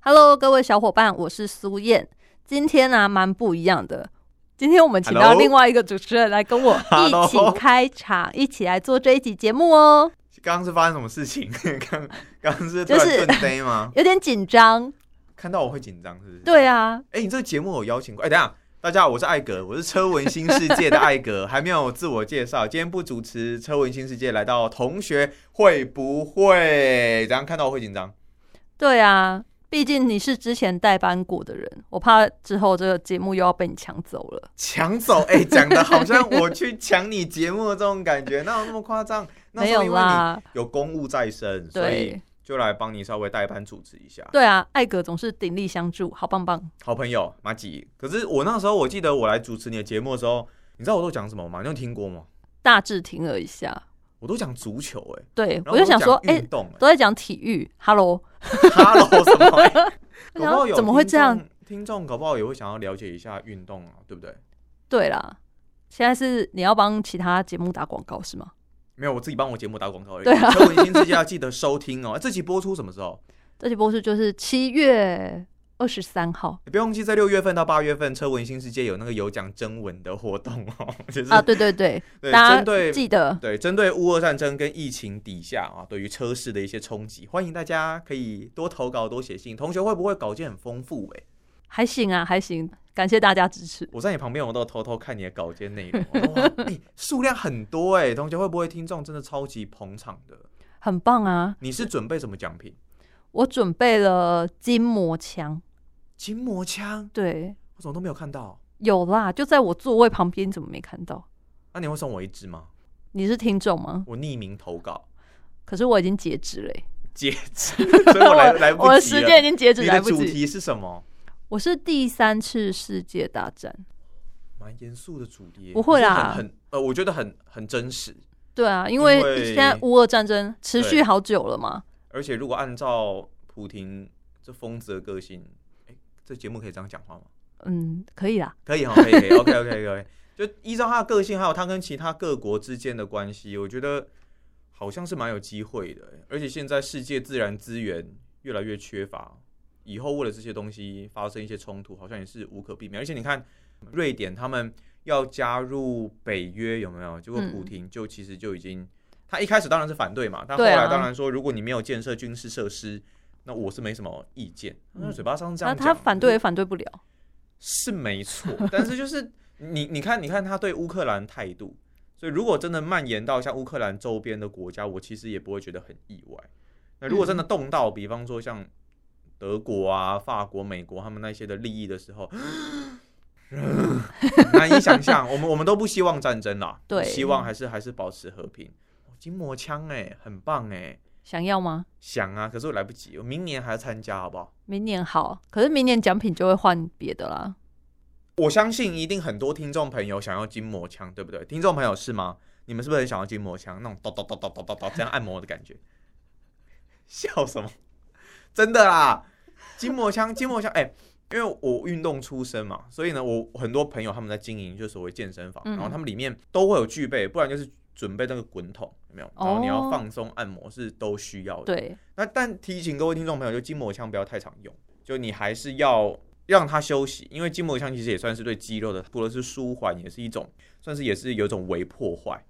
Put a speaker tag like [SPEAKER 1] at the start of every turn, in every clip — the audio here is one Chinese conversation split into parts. [SPEAKER 1] Hello，各位小伙伴，我是苏燕。今天呢、蛮不一样的。今天我们请到
[SPEAKER 2] Hello
[SPEAKER 1] 另外一个主持人来跟我
[SPEAKER 2] Hello
[SPEAKER 1] 一起开场一起来做这一集节目哦。
[SPEAKER 2] 刚刚是发生什么事情？ 刚刚是突
[SPEAKER 1] 就
[SPEAKER 2] 然
[SPEAKER 1] 是
[SPEAKER 2] 顿呆吗？
[SPEAKER 1] 有点紧张，
[SPEAKER 2] 看到我会紧张是不是？。
[SPEAKER 1] 对啊，
[SPEAKER 2] 哎、你这个节目有邀请过？哎、等一下，大家好，我是艾格，我是车文新世界的艾格， 还没有自我介绍。今天不主持车文新世界，来到同学会不会？怎样看到我会紧张？
[SPEAKER 1] 对啊，毕竟你是之前代班过的人，我怕之后这个节目又要被你抢走了。
[SPEAKER 2] 抢走？哎、讲的好像我去抢你节目的这种感觉，哪有那么夸张？那
[SPEAKER 1] 没
[SPEAKER 2] 时候
[SPEAKER 1] 有
[SPEAKER 2] 因为你
[SPEAKER 1] 啦，
[SPEAKER 2] 有公务在身，所以
[SPEAKER 1] 对
[SPEAKER 2] 就来帮你稍微代班主持一下。
[SPEAKER 1] 对啊，艾格总是鼎力相助，好棒棒。
[SPEAKER 2] 好朋友马吉。可是我那时候我记得我来主持你的节目的时候，你知道我都讲什么吗？你有听过吗？
[SPEAKER 1] 大致听了一下，
[SPEAKER 2] 我都讲足球哎、
[SPEAKER 1] 对
[SPEAKER 2] 然后
[SPEAKER 1] 我就想说，
[SPEAKER 2] 哎、
[SPEAKER 1] 哎、
[SPEAKER 2] 运动
[SPEAKER 1] 都在讲体育，Hello，
[SPEAKER 2] 哎、 哈喽什么、哎搞 不
[SPEAKER 1] 然后
[SPEAKER 2] 好有
[SPEAKER 1] 怎么会
[SPEAKER 2] 听
[SPEAKER 1] 这样
[SPEAKER 2] 众？听众搞不好也会想要了解一下运动啊，对不对？
[SPEAKER 1] 对啦，现在是你要帮其他节目打广告是吗？
[SPEAKER 2] 没有，我自己帮我节目打广告而已。
[SPEAKER 1] 对啊
[SPEAKER 2] 车文新世界要记得收听哦。这期播出什么时候？
[SPEAKER 1] 这期播出就是七月二十三号
[SPEAKER 2] 欸你不要忘记，在六月份到八月份，车文新世界有那个有奖征文的活动哦， 就是、
[SPEAKER 1] 啊，对对对，
[SPEAKER 2] 对
[SPEAKER 1] 大
[SPEAKER 2] 针
[SPEAKER 1] 家
[SPEAKER 2] 对
[SPEAKER 1] 记得
[SPEAKER 2] 对，针对乌俄战争跟疫情底下啊，对于车市的一些冲击，欢迎大家可以多投稿、多写信。同学会不会稿件很丰富、欸？
[SPEAKER 1] 还行啊，还行，感谢大家支持。
[SPEAKER 2] 我在你旁边，我都偷偷看你的稿件内容，我说哇， 欸数、量很多哎、同学会不会听众真的超级捧场的？
[SPEAKER 1] 很棒啊！
[SPEAKER 2] 你是准备什么奖品？
[SPEAKER 1] 我准备了筋膜枪，
[SPEAKER 2] 筋膜枪？
[SPEAKER 1] 对，
[SPEAKER 2] 我怎么都没有看到？
[SPEAKER 1] 有啦，就在我座位旁边，你怎么没看到？
[SPEAKER 2] 那、你会送我一支吗？
[SPEAKER 1] 你是听众吗？
[SPEAKER 2] 我匿名投稿
[SPEAKER 1] 可是我已经截止了欸、
[SPEAKER 2] 截 止，所以我来来不及了。
[SPEAKER 1] 我的时间已经截止，
[SPEAKER 2] 你
[SPEAKER 1] 来
[SPEAKER 2] 的
[SPEAKER 1] 不
[SPEAKER 2] 主
[SPEAKER 1] 及。
[SPEAKER 2] 题是什么？
[SPEAKER 1] 我是第三次世界大战，
[SPEAKER 2] 蛮严肃的主题欸，
[SPEAKER 1] 不会啦
[SPEAKER 2] 可是很很呃，我觉得很很真实。
[SPEAKER 1] 对啊，因
[SPEAKER 2] 因
[SPEAKER 1] 为
[SPEAKER 2] 为
[SPEAKER 1] 现在乌俄战争持续
[SPEAKER 2] 对
[SPEAKER 1] 好久了嘛，
[SPEAKER 2] 而且如果按照普廷这疯子的个性，哎、这节目可以这样讲话吗？
[SPEAKER 1] 嗯，可以啦，
[SPEAKER 2] 可以 哈，可以，可以，OK，OK，可以可以。就依照他的个性，还有他跟其他各国之间的关系，我觉得好像是蛮有机会的。而且现在世界自然资源越来越缺乏，以后为了这些东西发生一些冲突，好像也是无可避免。而且你看，瑞典他们要加入北约，有没有？结果
[SPEAKER 1] 嗯
[SPEAKER 2] 普廷就其实就已经，他一开始当然是反对嘛，但后
[SPEAKER 1] 对啊
[SPEAKER 2] 来当然说，如果你没有建设军事设施，那我是没什么意见。那嘴巴上是这
[SPEAKER 1] 那
[SPEAKER 2] 样讲，
[SPEAKER 1] 他反对
[SPEAKER 2] 可
[SPEAKER 1] 也
[SPEAKER 2] 是
[SPEAKER 1] 反对不了。
[SPEAKER 2] 是没错，但是就是你你看你看他对乌克兰态度，所以如果真的蔓延到像乌克兰周边的国家，我其实也不会觉得很意外。那如果真的动到，比方说像德国啊、法国、美国他们那些的利益的时候，难以想象。我们我们都不希望战争啦，
[SPEAKER 1] 对
[SPEAKER 2] 希望还是还是保持和平。哦筋膜枪哎、很棒哎、
[SPEAKER 1] 想要吗？
[SPEAKER 2] 想啊，可是我来不及，我明年还要参加，好不好？
[SPEAKER 1] 明年好，可是明年奖品就会换别的啦。
[SPEAKER 2] 我相信一定很多听众朋友想要筋膜枪，对不对？听众朋友是吗？你们是不是很想要筋膜枪？那种咚咚咚咚咚咚咚这样按摩的感觉？笑什么？真的啦，筋膜枪，筋膜枪，哎、因为我运动出身嘛，所以呢，我很多朋友他们在经营就所谓健身房，
[SPEAKER 1] 嗯
[SPEAKER 2] 然后他们里面都会有具备，不然就是准备那个滚筒，有没有？然后你
[SPEAKER 1] 哦
[SPEAKER 2] 要放松按摩是都需要的。
[SPEAKER 1] 对，
[SPEAKER 2] 那但提醒各位听众朋友，就筋膜枪不要太常用，就你还是要让它休息，因为筋膜枪其实也算是对肌肉的，除了是舒缓，也是一种算是也是有一种微破坏。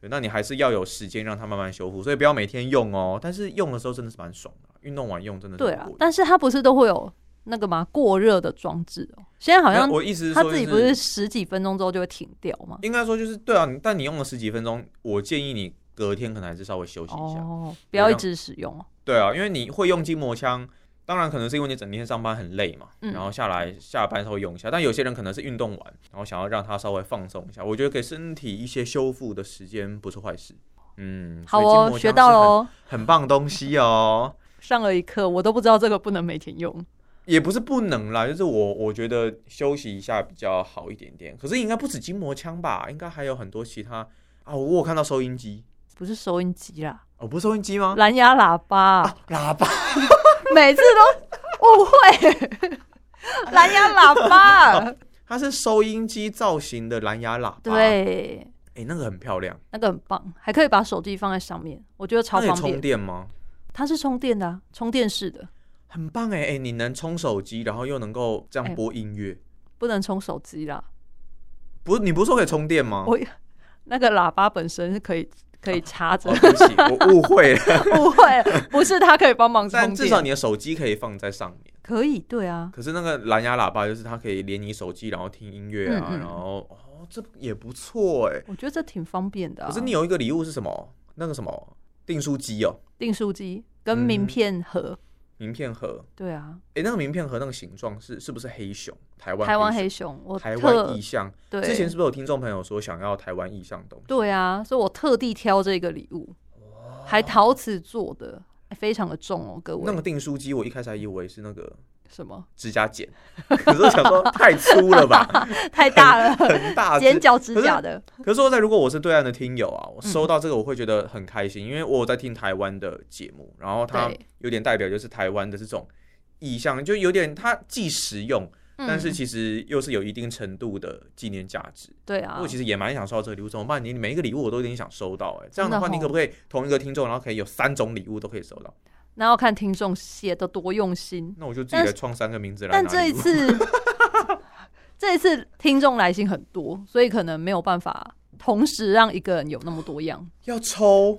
[SPEAKER 2] 对，那你还是要有时间让它慢慢修复，所以不要每天用哦。但是用的时候真的是蛮爽的，运动完用真的是
[SPEAKER 1] 对
[SPEAKER 2] 很
[SPEAKER 1] 啊
[SPEAKER 2] 过瘾，
[SPEAKER 1] 但是它不是都会有那个嘛过热的装置哦、现在好像
[SPEAKER 2] 没有我意思是
[SPEAKER 1] 它
[SPEAKER 2] 说、就
[SPEAKER 1] 自己不是十几分钟之后就会停掉吗？
[SPEAKER 2] 应该说就是对啊，你但你用了十几分钟，我建议你隔天可能还是稍微休息一下。
[SPEAKER 1] 哦，不要一直使用哦。
[SPEAKER 2] 对啊，因为你会用筋膜枪，当然可能是因为你整天上班很累嘛，
[SPEAKER 1] 嗯
[SPEAKER 2] 然后下来下班稍微用一下。但有些人可能是运动完，然后想要让它稍微放松一下，我觉得给身体一些修复的时间不是坏事。嗯，
[SPEAKER 1] 好
[SPEAKER 2] 所以筋膜
[SPEAKER 1] 哦，
[SPEAKER 2] 枪
[SPEAKER 1] 学到
[SPEAKER 2] 是
[SPEAKER 1] 喽，
[SPEAKER 2] 很，很棒的东西哦。
[SPEAKER 1] 上了一课，我都不知道这个不能每天用。
[SPEAKER 2] 也不是不能啦，就是我我觉得休息一下比较好一点点。可是应该不止筋膜枪吧，应该还有很多其他啊。我有看到收音机，
[SPEAKER 1] 不是收音机啦，
[SPEAKER 2] 哦，不是收音机吗？
[SPEAKER 1] 蓝牙喇叭啊、
[SPEAKER 2] 喇叭，
[SPEAKER 1] 每次都误会。 蓝牙喇叭，
[SPEAKER 2] 它是收音机造型的蓝牙喇叭。，
[SPEAKER 1] 对，
[SPEAKER 2] 哎、那个很漂亮。
[SPEAKER 1] 那个很棒，还可以把手机放在上面，我觉得超
[SPEAKER 2] 那
[SPEAKER 1] 方
[SPEAKER 2] 你充
[SPEAKER 1] 便。
[SPEAKER 2] 电吗？
[SPEAKER 1] 它是充电的啊、充电式的，
[SPEAKER 2] 很棒哎、哎、你能充手机，然后又能够这样
[SPEAKER 1] 哎
[SPEAKER 2] 播音乐。
[SPEAKER 1] 不能充手机啦。
[SPEAKER 2] 不是你不是说可以充电吗？
[SPEAKER 1] 我那个喇叭本身是可以可以插着
[SPEAKER 2] 哦，，对 不起，我误会了。
[SPEAKER 1] 不 会，不是它可以帮忙充
[SPEAKER 2] 但
[SPEAKER 1] 电，
[SPEAKER 2] 至少你的手机可以放在上面。
[SPEAKER 1] 可以，对啊，
[SPEAKER 2] 可是那个蓝牙喇叭就是它可以连你手机，然后听音乐啊，
[SPEAKER 1] 嗯嗯
[SPEAKER 2] 然后哦，这也不错哎、
[SPEAKER 1] 我觉得这挺方便的、啊。
[SPEAKER 2] 可是你有一个礼物是什么？那个什么订书机哦，
[SPEAKER 1] 订书机跟
[SPEAKER 2] 嗯
[SPEAKER 1] 名片盒，
[SPEAKER 2] 名片盒。
[SPEAKER 1] 对啊，
[SPEAKER 2] 哎、那个名片盒那个形状是是不是黑熊？台湾
[SPEAKER 1] 台湾黑
[SPEAKER 2] 熊，
[SPEAKER 1] 熊，我
[SPEAKER 2] 台湾
[SPEAKER 1] 特
[SPEAKER 2] 意象。
[SPEAKER 1] 对
[SPEAKER 2] 之前是不是有听众朋友说想要台湾意象东西？
[SPEAKER 1] 对啊，所以我特地挑这个礼物，还陶瓷做的，非常的重哦，各位。
[SPEAKER 2] 那个订书机，我一开始还以为是那个
[SPEAKER 1] 什么
[SPEAKER 2] 指甲剪，可是我想说太粗了吧，
[SPEAKER 1] 太大了，
[SPEAKER 2] 很 大只
[SPEAKER 1] 剪脚指甲的，
[SPEAKER 2] 可是说实在，如果我是对岸的听友啊，我
[SPEAKER 1] 嗯
[SPEAKER 2] 收到这个我会觉得很开心，因为我有在听台湾的节目，然后它
[SPEAKER 1] 对
[SPEAKER 2] 有点代表就是台湾的这种意向，就有点它既实用，但是
[SPEAKER 1] 嗯
[SPEAKER 2] 其实又是有一定程度的纪念价值。
[SPEAKER 1] 对啊
[SPEAKER 2] 我，其实也蛮想收到这个礼物，怎么办？你每一个礼物我都有点想收到、哎，这样的话
[SPEAKER 1] 真的哦
[SPEAKER 2] 你可不可以同一个听众，然后可以有三种礼物都可以收到？
[SPEAKER 1] 那要看听众写的多用心。
[SPEAKER 2] 那我就自己来创三个名字来
[SPEAKER 1] 但
[SPEAKER 2] 拿
[SPEAKER 1] 这
[SPEAKER 2] 礼
[SPEAKER 1] 一
[SPEAKER 2] 物
[SPEAKER 1] 次， 这一次听众来信很多，所以可能没有办法同时让一个人有那么多样。
[SPEAKER 2] 要 抽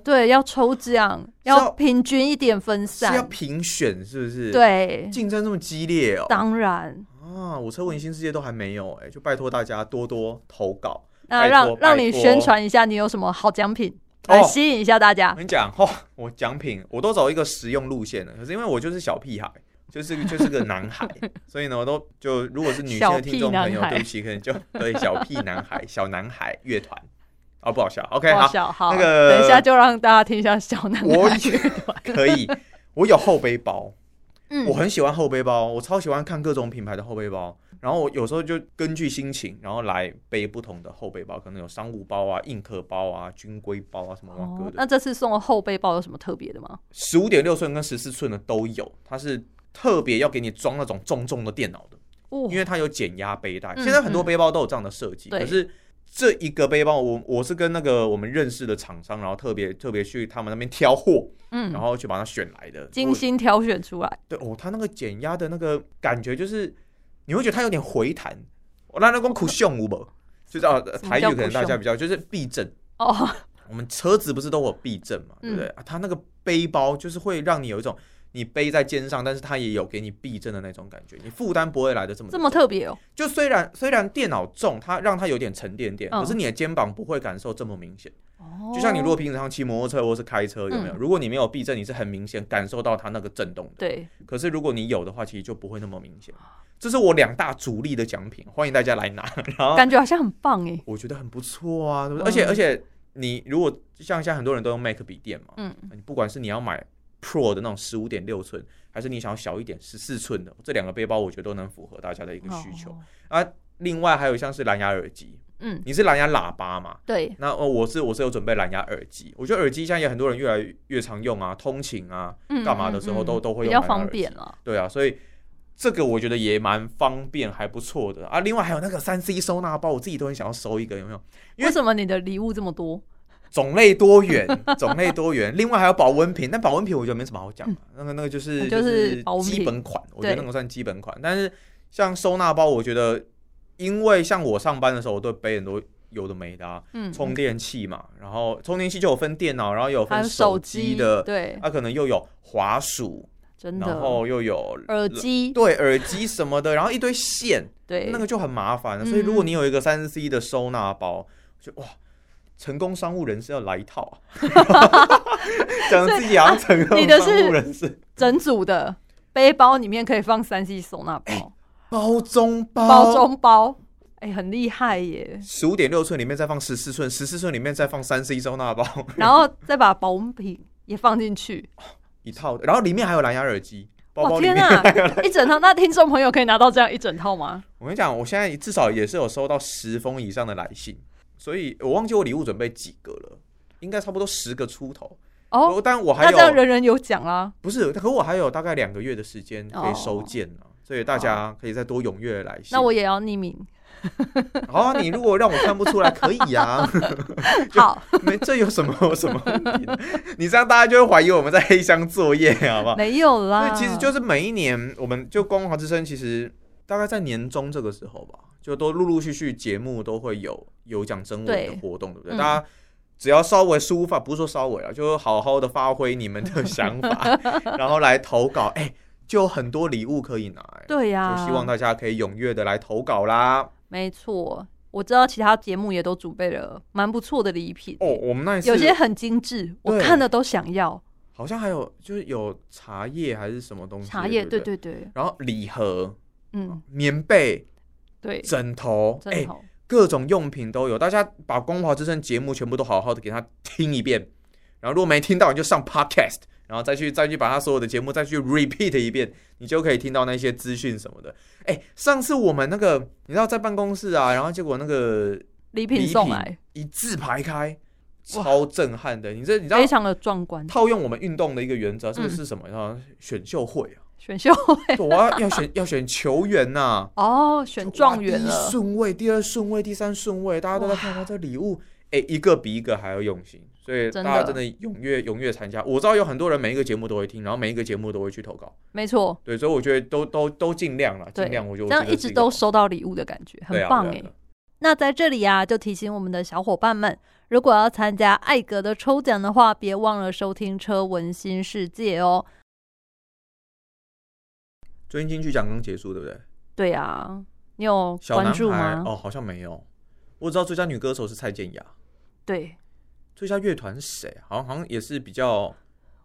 [SPEAKER 1] 对，要抽奖，
[SPEAKER 2] 要
[SPEAKER 1] 要平均一点分
[SPEAKER 2] 是要
[SPEAKER 1] 散。
[SPEAKER 2] 评选，是不是？，
[SPEAKER 1] 对，
[SPEAKER 2] 竞争这么激烈哦、
[SPEAKER 1] 哎当然，
[SPEAKER 2] 啊，我车文新世界都还没有哎、就拜托大家多多投稿。
[SPEAKER 1] 那
[SPEAKER 2] 拜
[SPEAKER 1] 让
[SPEAKER 2] 托
[SPEAKER 1] 让
[SPEAKER 2] 拜
[SPEAKER 1] 你
[SPEAKER 2] 托
[SPEAKER 1] 宣传一下，你有什么好奖品
[SPEAKER 2] 哦
[SPEAKER 1] 来吸引一下大家
[SPEAKER 2] 我。跟你讲哦，我奖品我都走一个实用路线的，可是因为我就是小屁孩，就是就是个男 孩，所以呢，我都就如果是女性的
[SPEAKER 1] 小
[SPEAKER 2] 听
[SPEAKER 1] 屁
[SPEAKER 2] 众朋
[SPEAKER 1] 男
[SPEAKER 2] 友，
[SPEAKER 1] 孩
[SPEAKER 2] 对不起，可能就对小屁男孩、小男孩乐团哦，不好笑。OK，
[SPEAKER 1] 不好
[SPEAKER 2] 好，
[SPEAKER 1] 笑，好，
[SPEAKER 2] 那个
[SPEAKER 1] 等一下就让大家听一下小男
[SPEAKER 2] 我
[SPEAKER 1] 孩。
[SPEAKER 2] 也可以，我有后背包，
[SPEAKER 3] 嗯
[SPEAKER 2] 我很喜欢后背包，我超喜欢看各种品牌的后背包。然后我有时候就根据心情，然后来背不同的后背包，可能有商务包啊、硬壳包啊、军规包啊什么哇
[SPEAKER 1] 哦
[SPEAKER 2] 哥，的。
[SPEAKER 1] 那这次送的后背包有什么特别的吗？
[SPEAKER 2] 十五点六寸跟十四寸的都有，它是特别要给你装那种重重的电脑的，
[SPEAKER 1] 哦
[SPEAKER 2] 因为它有减压背带。
[SPEAKER 1] 嗯
[SPEAKER 2] 现在很多背包都有这样的设计，
[SPEAKER 1] 对
[SPEAKER 2] 可是。这一个背包，我我是跟那个我们认识的厂商，然后特别特别去他们那边挑货，
[SPEAKER 1] 嗯，
[SPEAKER 2] 然后去把它选来的。
[SPEAKER 1] 精心挑选出来，
[SPEAKER 2] 对哦，它那个减压的那个感觉就是，你会觉得它有点回弹。我那那光苦胸无不，就是啊，呃
[SPEAKER 1] 什么
[SPEAKER 2] 台语
[SPEAKER 1] 叫
[SPEAKER 2] 可能
[SPEAKER 1] 苦
[SPEAKER 2] 大家
[SPEAKER 1] 胸
[SPEAKER 2] 比较就是避震。
[SPEAKER 1] 哦，
[SPEAKER 2] 我们车子不是都有避震嘛，
[SPEAKER 1] 嗯
[SPEAKER 2] 对不对？啊它那个背包就是会让你有一种你背在肩上，但是它也有给你避震的那种感觉，你负担不会来的这么
[SPEAKER 1] 这么
[SPEAKER 2] 重。
[SPEAKER 1] 特别哦，
[SPEAKER 2] 就虽然虽然电脑重，它让它有点沉甸甸，
[SPEAKER 1] 嗯
[SPEAKER 2] 可是你的肩膀不会感受这么明显。就像你如
[SPEAKER 1] 若
[SPEAKER 2] 果平常骑摩托车或是开车，有没有？
[SPEAKER 1] 嗯
[SPEAKER 2] 如果你没有避震，你是很明显感受到它那个震动的。
[SPEAKER 1] 对，
[SPEAKER 2] 可是如果你有的话，其实就不会那么明显。这是我两大主力的奖品，欢迎大家来拿。 然后
[SPEAKER 1] 感觉好像很棒哎，
[SPEAKER 2] 我觉得很不错啊，对不对？
[SPEAKER 1] 嗯
[SPEAKER 2] 而且而且你如果像现在很多人都用 Mac 笔电嘛，
[SPEAKER 1] 嗯，
[SPEAKER 2] 你不管是你要买 Pro 的那种十五点六寸，还是你想要小一点十四寸的，这两个背包我觉得都能符合大家的一个需求。
[SPEAKER 1] 哦，
[SPEAKER 2] 另外还有像是蓝牙耳机，
[SPEAKER 1] 嗯，
[SPEAKER 2] 你是蓝牙喇叭嘛？
[SPEAKER 1] 对，
[SPEAKER 2] 那哦，我是我是有准备蓝牙耳机，我觉得耳机现在也很多人越来越常用啊，通勤啊，
[SPEAKER 1] 嗯
[SPEAKER 2] 干嘛的时候
[SPEAKER 1] 嗯
[SPEAKER 2] 都
[SPEAKER 1] 嗯
[SPEAKER 2] 都会
[SPEAKER 1] 比
[SPEAKER 2] 用
[SPEAKER 1] 较
[SPEAKER 2] 蓝牙
[SPEAKER 1] 方
[SPEAKER 2] 耳
[SPEAKER 1] 便
[SPEAKER 2] 机
[SPEAKER 1] 了，
[SPEAKER 2] 对啊，所以这个我觉得也蛮方便，还不错的啊。另外还有那个三 C 收纳包，我自己都很想要收一个，有没有？因为
[SPEAKER 1] 为什么你的礼物这么多？
[SPEAKER 2] 种类 多元，种类多元。另外还有保温瓶，但保温瓶我觉得没什么好讲、啊，那个那个就是
[SPEAKER 1] 就是
[SPEAKER 2] 是
[SPEAKER 1] 保温瓶
[SPEAKER 2] 基本款，我觉得
[SPEAKER 1] 对
[SPEAKER 2] 那个算基本款。但是像收纳包，我觉得因为像我上班的时候，我都背很多有的没的、啊，
[SPEAKER 1] 嗯，
[SPEAKER 2] 充电器嘛，然后充电器就有分电脑，然后也有
[SPEAKER 1] 还
[SPEAKER 2] 分
[SPEAKER 1] 有
[SPEAKER 2] 手
[SPEAKER 1] 机
[SPEAKER 2] 机的，
[SPEAKER 1] 对，
[SPEAKER 2] 它、可能又有滑鼠，
[SPEAKER 1] 真
[SPEAKER 2] 然
[SPEAKER 1] 的，
[SPEAKER 2] 后又有
[SPEAKER 1] 耳机，
[SPEAKER 2] 对耳机什么的，然后一堆线，
[SPEAKER 1] 对嗯
[SPEAKER 2] 那，个就很麻烦了。所以如果你有一个三 C 的收纳包，就哇，成功商务人士要来一套 啊，讲得自己好像成
[SPEAKER 1] 啊
[SPEAKER 2] 功
[SPEAKER 1] 你的
[SPEAKER 2] 商务
[SPEAKER 1] 是
[SPEAKER 2] 人士，
[SPEAKER 1] 整组的背包里面可以放三 C 手拿
[SPEAKER 2] 哎
[SPEAKER 1] 包、
[SPEAKER 2] 包中包
[SPEAKER 1] 包中包，哎，很厉害耶。
[SPEAKER 2] 十五点六寸里面再放十四寸，十四寸里面再放三 C 收纳包
[SPEAKER 1] 然后再把保温瓶也放进去，
[SPEAKER 2] 一套的，然后里面还有蓝牙耳机，包包
[SPEAKER 1] 哇
[SPEAKER 2] 里
[SPEAKER 1] 天
[SPEAKER 2] 面。
[SPEAKER 1] 啊，一整套！那听众朋友可以拿到这样一整套吗？
[SPEAKER 2] 我跟你讲，我现在至少也是有收到十封以上的来信，所以我忘记我礼物准备几个了，应该差不多十个出头。
[SPEAKER 1] 哦，
[SPEAKER 2] 我但我还
[SPEAKER 1] 那这样
[SPEAKER 2] 有
[SPEAKER 1] 人人有奖啦。
[SPEAKER 2] 不是，可我还有大概两个月的时间可以
[SPEAKER 1] 哦
[SPEAKER 2] 收件呢、所以大家可以再多踊跃来信。
[SPEAKER 1] 那我也要匿名。
[SPEAKER 2] 好 啊，你如果让我看不出来，可以啊，
[SPEAKER 1] 好，
[SPEAKER 2] 没这有什么有什么问题呢？你这样大家就会怀疑我们在黑箱作业，好 不好？
[SPEAKER 1] 没有
[SPEAKER 2] 所
[SPEAKER 1] 啦。
[SPEAKER 2] 以其实就是每一年，我们就《光华之声》，其实大概在年中这个时候吧，就都陆陆续续节目都会有有奖征文的
[SPEAKER 1] 对
[SPEAKER 2] 活动，对不对？
[SPEAKER 1] 嗯
[SPEAKER 2] 大家只要稍微抒发，不是说稍微啊，就好好的发挥你们的想法， 然后来投稿，哎、就有很多礼物可以拿、哎
[SPEAKER 1] 对啊呀、
[SPEAKER 2] 就希望大家可以踊跃的来投稿啦。
[SPEAKER 1] 没错。我知道其他节目也都准备了蛮不错的礼品，
[SPEAKER 2] 哦，我们那一次
[SPEAKER 1] 有些很精致，我
[SPEAKER 2] 对
[SPEAKER 1] 看了都想要。
[SPEAKER 2] 好像还有就是有茶叶还是什么东西的，
[SPEAKER 1] 茶叶，
[SPEAKER 2] 嗯对
[SPEAKER 1] 对
[SPEAKER 2] 不对。
[SPEAKER 1] 对对，
[SPEAKER 2] 然后礼盒、
[SPEAKER 1] 嗯，
[SPEAKER 2] 棉被、
[SPEAKER 1] 对，
[SPEAKER 2] 枕头，哎、
[SPEAKER 1] 真好。
[SPEAKER 2] 各种用品都有，大家把《光华之声》节目全部都好好的给他听一遍，然后如果没听到，你就上 Podcast，然后再去再去把他所有的节目再去 repeat 一遍，你就可以听到那些资讯什么的。哎、上次我们那个你知道在办公室啊，然后结果那个
[SPEAKER 1] 礼
[SPEAKER 2] 礼
[SPEAKER 1] 品
[SPEAKER 2] 品
[SPEAKER 1] 送来，
[SPEAKER 2] 一字排开，超震撼的。你这你知道
[SPEAKER 1] 非常的壮观。
[SPEAKER 2] 套用我们运动的一个原则，这个
[SPEAKER 1] 嗯
[SPEAKER 2] 是什么？然后选秀会啊，
[SPEAKER 1] 选秀 会
[SPEAKER 2] 对我要要选要选球员啊呐、
[SPEAKER 1] 哦，选状元
[SPEAKER 2] 哇第一
[SPEAKER 1] 了，
[SPEAKER 2] 顺位、第二顺位、第三顺位，大家都在看他这礼物，哎、一个比一个还要用心，所以大
[SPEAKER 1] 真的
[SPEAKER 2] 家真的踊跃踊跃参加。我知道有很多人每一个节目都会听，然后每一个节目都会去投稿，
[SPEAKER 1] 没错，
[SPEAKER 2] 对，所以我觉得都都都尽量了，
[SPEAKER 1] 对
[SPEAKER 2] 尽量，我就
[SPEAKER 1] 这样一直都收到礼物的感觉，很棒哎、
[SPEAKER 2] 对啊对啊
[SPEAKER 1] 那在这里啊，就提醒我们的小伙伴们，如果要参加艾格的抽奖的话，别忘了收听《车文新世界》哦。
[SPEAKER 2] 最近金曲奖刚结束，对不对？
[SPEAKER 1] 对啊，你有
[SPEAKER 2] 小
[SPEAKER 1] 关
[SPEAKER 2] 男
[SPEAKER 1] 注
[SPEAKER 2] 孩
[SPEAKER 1] 吗？
[SPEAKER 2] 哦，好像没有，我知道最佳女歌手是蔡健雅，
[SPEAKER 1] 对
[SPEAKER 2] 最佳乐团是谁？啊好像好像也是比较。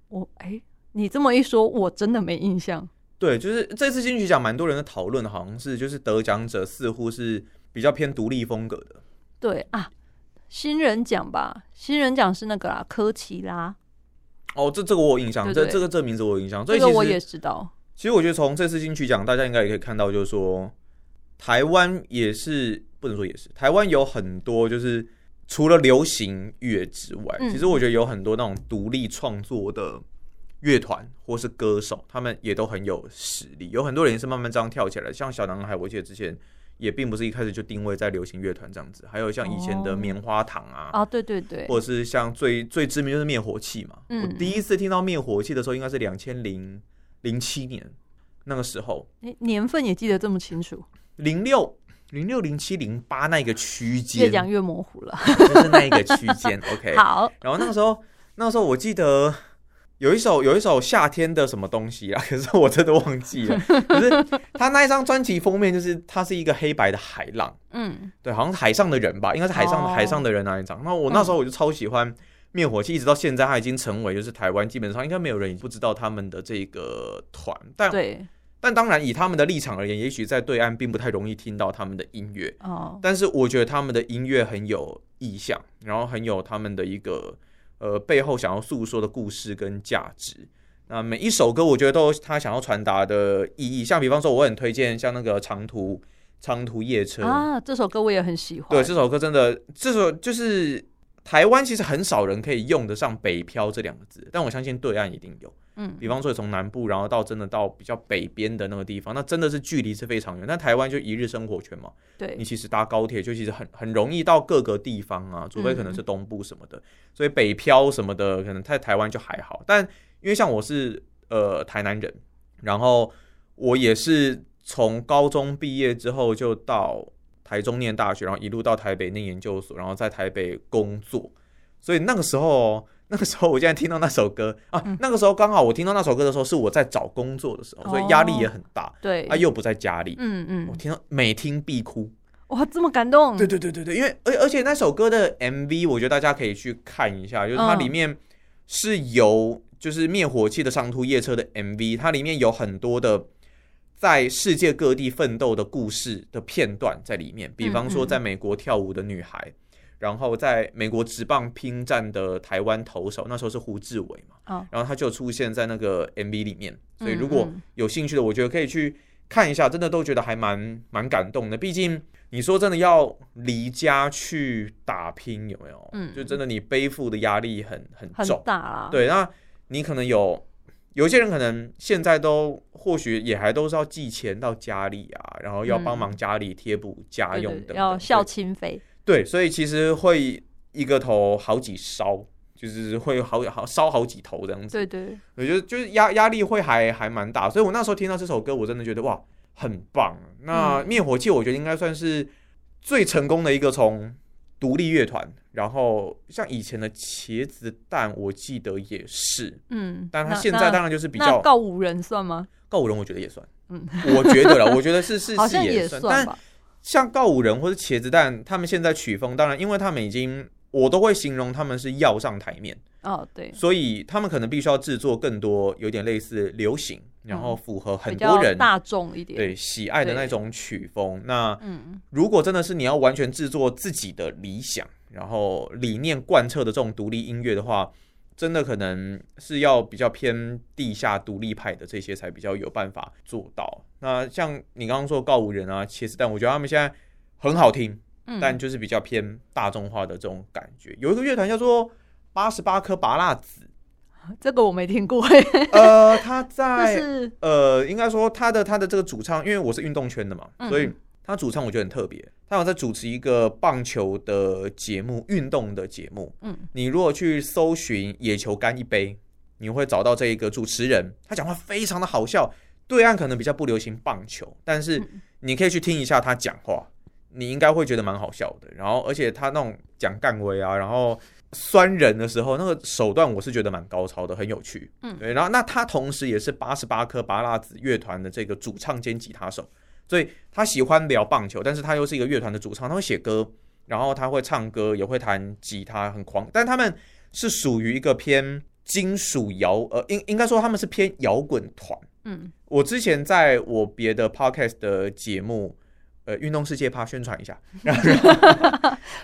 [SPEAKER 1] 我，哎、你这么一说，我真的没印象。
[SPEAKER 2] 对，就是这次金曲奖蛮多人的讨论，好像是就是得奖者似乎是比较偏独立风格的，
[SPEAKER 1] 对啊，新人奖吧，新人奖是那个啦，科奇拉，
[SPEAKER 2] 哦，这这个我有印象，
[SPEAKER 1] 对
[SPEAKER 2] 这
[SPEAKER 1] 对
[SPEAKER 2] 这个这名字我有印象。所
[SPEAKER 1] 这
[SPEAKER 2] 以
[SPEAKER 1] 个
[SPEAKER 2] 其
[SPEAKER 1] 我
[SPEAKER 2] 实
[SPEAKER 1] 也知道。
[SPEAKER 2] 其实我觉得从这次金曲奖，大家应该也可以看到，就是说台湾也是不能说也是，台湾有很多就是除了流行乐之外，
[SPEAKER 1] 嗯
[SPEAKER 2] 其实我觉得有很多那种独立创作的乐团或是歌手，他们也都很有实力。有很多人也是慢慢这样跳起来，像小男孩，我记得之前。也并不是一开始就定位在流行乐团这样子，还有像以前的
[SPEAKER 1] 哦
[SPEAKER 2] 棉花糖啊，
[SPEAKER 1] 啊，对对对，
[SPEAKER 2] 或者是像最最知名就是灭火器嘛。
[SPEAKER 1] 嗯
[SPEAKER 2] 我第一次听到灭火器的时候，应该是两千零零七年那个时候，
[SPEAKER 1] 诶年份也记得这么清楚，
[SPEAKER 2] 零六。零六零七零八那个区
[SPEAKER 1] 越
[SPEAKER 2] 间，
[SPEAKER 1] 讲越模糊了。
[SPEAKER 2] 就是那一个区 间，OK。
[SPEAKER 1] 好，
[SPEAKER 2] 然后那个时候，那个时候我记得有一首有一首夏天的什么东西啊，可 是我真的忘记了。可是他那一张专辑封面就是它是一个黑白的海浪，
[SPEAKER 1] 嗯，
[SPEAKER 2] 对，好像是海上的人吧，应该是海上、
[SPEAKER 1] 哦嗯
[SPEAKER 2] 海上的人啊那一张。那我那时候我就超喜欢灭火器，一直到现在，它已经成为就是台湾基本上应该没有人不知道他们的这个团，但
[SPEAKER 1] 对，
[SPEAKER 2] 但当然以他们的立场而言，也许在对岸并不太容易听到他们的音乐，
[SPEAKER 1] 哦，
[SPEAKER 2] 但是我觉得他们的音乐很有意向，然后很有他们的一个呃背后想要诉说的故事跟价值。那每一首歌，我觉得都有他想要传达的意义。像比方说，我很推荐像那个长途长途夜车
[SPEAKER 1] 啊，这首歌我也很喜欢。
[SPEAKER 2] 对，这首歌真的，这首就是台湾其实很少人可以用得上“北漂”这两个字，但我相信对岸一定有。
[SPEAKER 1] 嗯，
[SPEAKER 2] 比方说从南部，然后到真的到比较北边的那个地方，那真的是距离是非常远。但台湾就一日生活圈嘛，你
[SPEAKER 1] 对，
[SPEAKER 2] 其实搭高铁就其实很很容易到各个地方啊，除非可
[SPEAKER 1] 嗯
[SPEAKER 2] 能是东部什么的，所以北漂什么的可能在台湾就还好。但因为像我是呃台南人，然后我也是从高中毕业之后就到台中念大学，然后一路到台北念研究所，然后在台北工作，所以那个时候 哦。那个时候，我竟然听到那首歌啊！
[SPEAKER 1] 嗯
[SPEAKER 2] 那个时候刚好我听到那首歌的时候，是我在找工作的时候，所以压力也很大、
[SPEAKER 1] 哦对，
[SPEAKER 2] 啊，又不在家里，
[SPEAKER 1] 嗯
[SPEAKER 2] 我
[SPEAKER 1] 嗯，
[SPEAKER 2] 听到每听必哭。
[SPEAKER 1] 哇，这么感动，
[SPEAKER 2] 哦对对对对对，因为而而且那首歌的 MV，我觉得大家可以去看一下，就是它
[SPEAKER 1] 嗯
[SPEAKER 2] 里面是由就是灭火器的上途夜车的 MV，它里面有很多的在世界各地奋斗的故事的片段在里面，比方
[SPEAKER 1] 嗯
[SPEAKER 2] 说
[SPEAKER 1] 嗯
[SPEAKER 2] 在美国跳舞的女孩。然后在美国职棒拼战的台湾投手，那时候是胡志伟嘛，
[SPEAKER 1] 哦
[SPEAKER 2] 然后他就出现在那个 MV 里面，所以
[SPEAKER 1] 嗯
[SPEAKER 2] 如果
[SPEAKER 1] 嗯
[SPEAKER 2] 有兴趣的，我觉得可以去看一下，真的都觉得还蛮蛮感动的。毕竟你说真的要离家去打拼，有没有？
[SPEAKER 1] 嗯
[SPEAKER 2] 就真的你背负的压力很很
[SPEAKER 1] 很
[SPEAKER 2] 重，
[SPEAKER 1] 大啦。，
[SPEAKER 2] 对，那你可能有有一些人可能现在都或许也还都是要寄钱到家里啊，然后要帮忙家里贴补家
[SPEAKER 1] 对
[SPEAKER 2] 用
[SPEAKER 1] 嗯对
[SPEAKER 2] 等等，
[SPEAKER 1] 要孝
[SPEAKER 2] 对
[SPEAKER 1] 亲费。
[SPEAKER 2] 对，所以其实会一个头好几烧，就是会有好好烧好几头这样子。
[SPEAKER 1] 对对，
[SPEAKER 2] 我觉得就是压压力会还还蛮大，所以我那时候听到这首歌，我真的觉得哇，很棒。啊那
[SPEAKER 1] 嗯
[SPEAKER 2] 灭火器，我觉得应该算是最成功的一个从独立乐团，然后像以前的茄子蛋，我记得也是，
[SPEAKER 1] 嗯。
[SPEAKER 2] 但他
[SPEAKER 1] 那
[SPEAKER 2] 现在当然就是比
[SPEAKER 1] 那那
[SPEAKER 2] 较
[SPEAKER 1] 告五人算吗？
[SPEAKER 2] 告五人，我觉得也算，
[SPEAKER 1] 嗯，
[SPEAKER 2] 我觉得了，我觉得 是是
[SPEAKER 1] 好
[SPEAKER 2] 是
[SPEAKER 1] 像也
[SPEAKER 2] 算，
[SPEAKER 1] 算
[SPEAKER 2] 但
[SPEAKER 1] 吧。
[SPEAKER 2] 像告五人或者茄子蛋，他们现在曲风，当然因为他们已经。我都会形容他们是要上台面，
[SPEAKER 1] 哦，对，
[SPEAKER 2] 所以他们可能必须要制作更多有点类似流行，然后符合
[SPEAKER 1] 比
[SPEAKER 2] 很多
[SPEAKER 1] 较
[SPEAKER 2] 人
[SPEAKER 1] 大众一点。，
[SPEAKER 2] 对喜爱的那
[SPEAKER 1] 对
[SPEAKER 2] 种曲风。那
[SPEAKER 1] 嗯，
[SPEAKER 2] 如果真的是你要完全制作自己的理想，然后理念贯彻的这种独立音乐的话，真的可能是要比较偏地下独立派的这些才比较有办法做到。那像你刚刚说告五人啊、茄子蛋，我觉得他们现在很好听，
[SPEAKER 1] 嗯
[SPEAKER 2] 但就是比较偏大众化的这种感觉。有一个乐团叫做八十八颗拔蜡子，
[SPEAKER 1] 这个我没听过，
[SPEAKER 2] 呃，他
[SPEAKER 1] 但
[SPEAKER 2] 在
[SPEAKER 1] 是
[SPEAKER 2] 呃，应该说他的他的这个主唱，因为我是运动圈的嘛，
[SPEAKER 1] 嗯
[SPEAKER 2] 所以他主唱我觉得很特别。他有在主持一个棒球的节目，运动的节目。
[SPEAKER 1] 嗯，
[SPEAKER 2] 你如果去搜寻“野球干一杯”，你会找到这一个主持人，他讲话非常的好笑。对岸可能比较不流行棒球，但是
[SPEAKER 1] 嗯
[SPEAKER 2] 你可以去听一下他讲话，你应该会觉得蛮好笑的。然后，而且他那种讲干威啊，然后酸人的时候，那个手段我是觉得蛮高超的，很有趣。对，然后那他同时也是八十八颗拔蜡子乐团的这个主唱兼吉他手，所以他喜欢聊棒球，但是他又是一个乐团的主唱，他会写歌，然后他会唱歌，也会弹吉他，很狂。但他们是属于一个偏金属摇，呃，应应该说他们是偏摇滚团。
[SPEAKER 1] 嗯，
[SPEAKER 2] 我之前在我别的 podcast 的节目，呃，运动世界趴宣传一下， 然后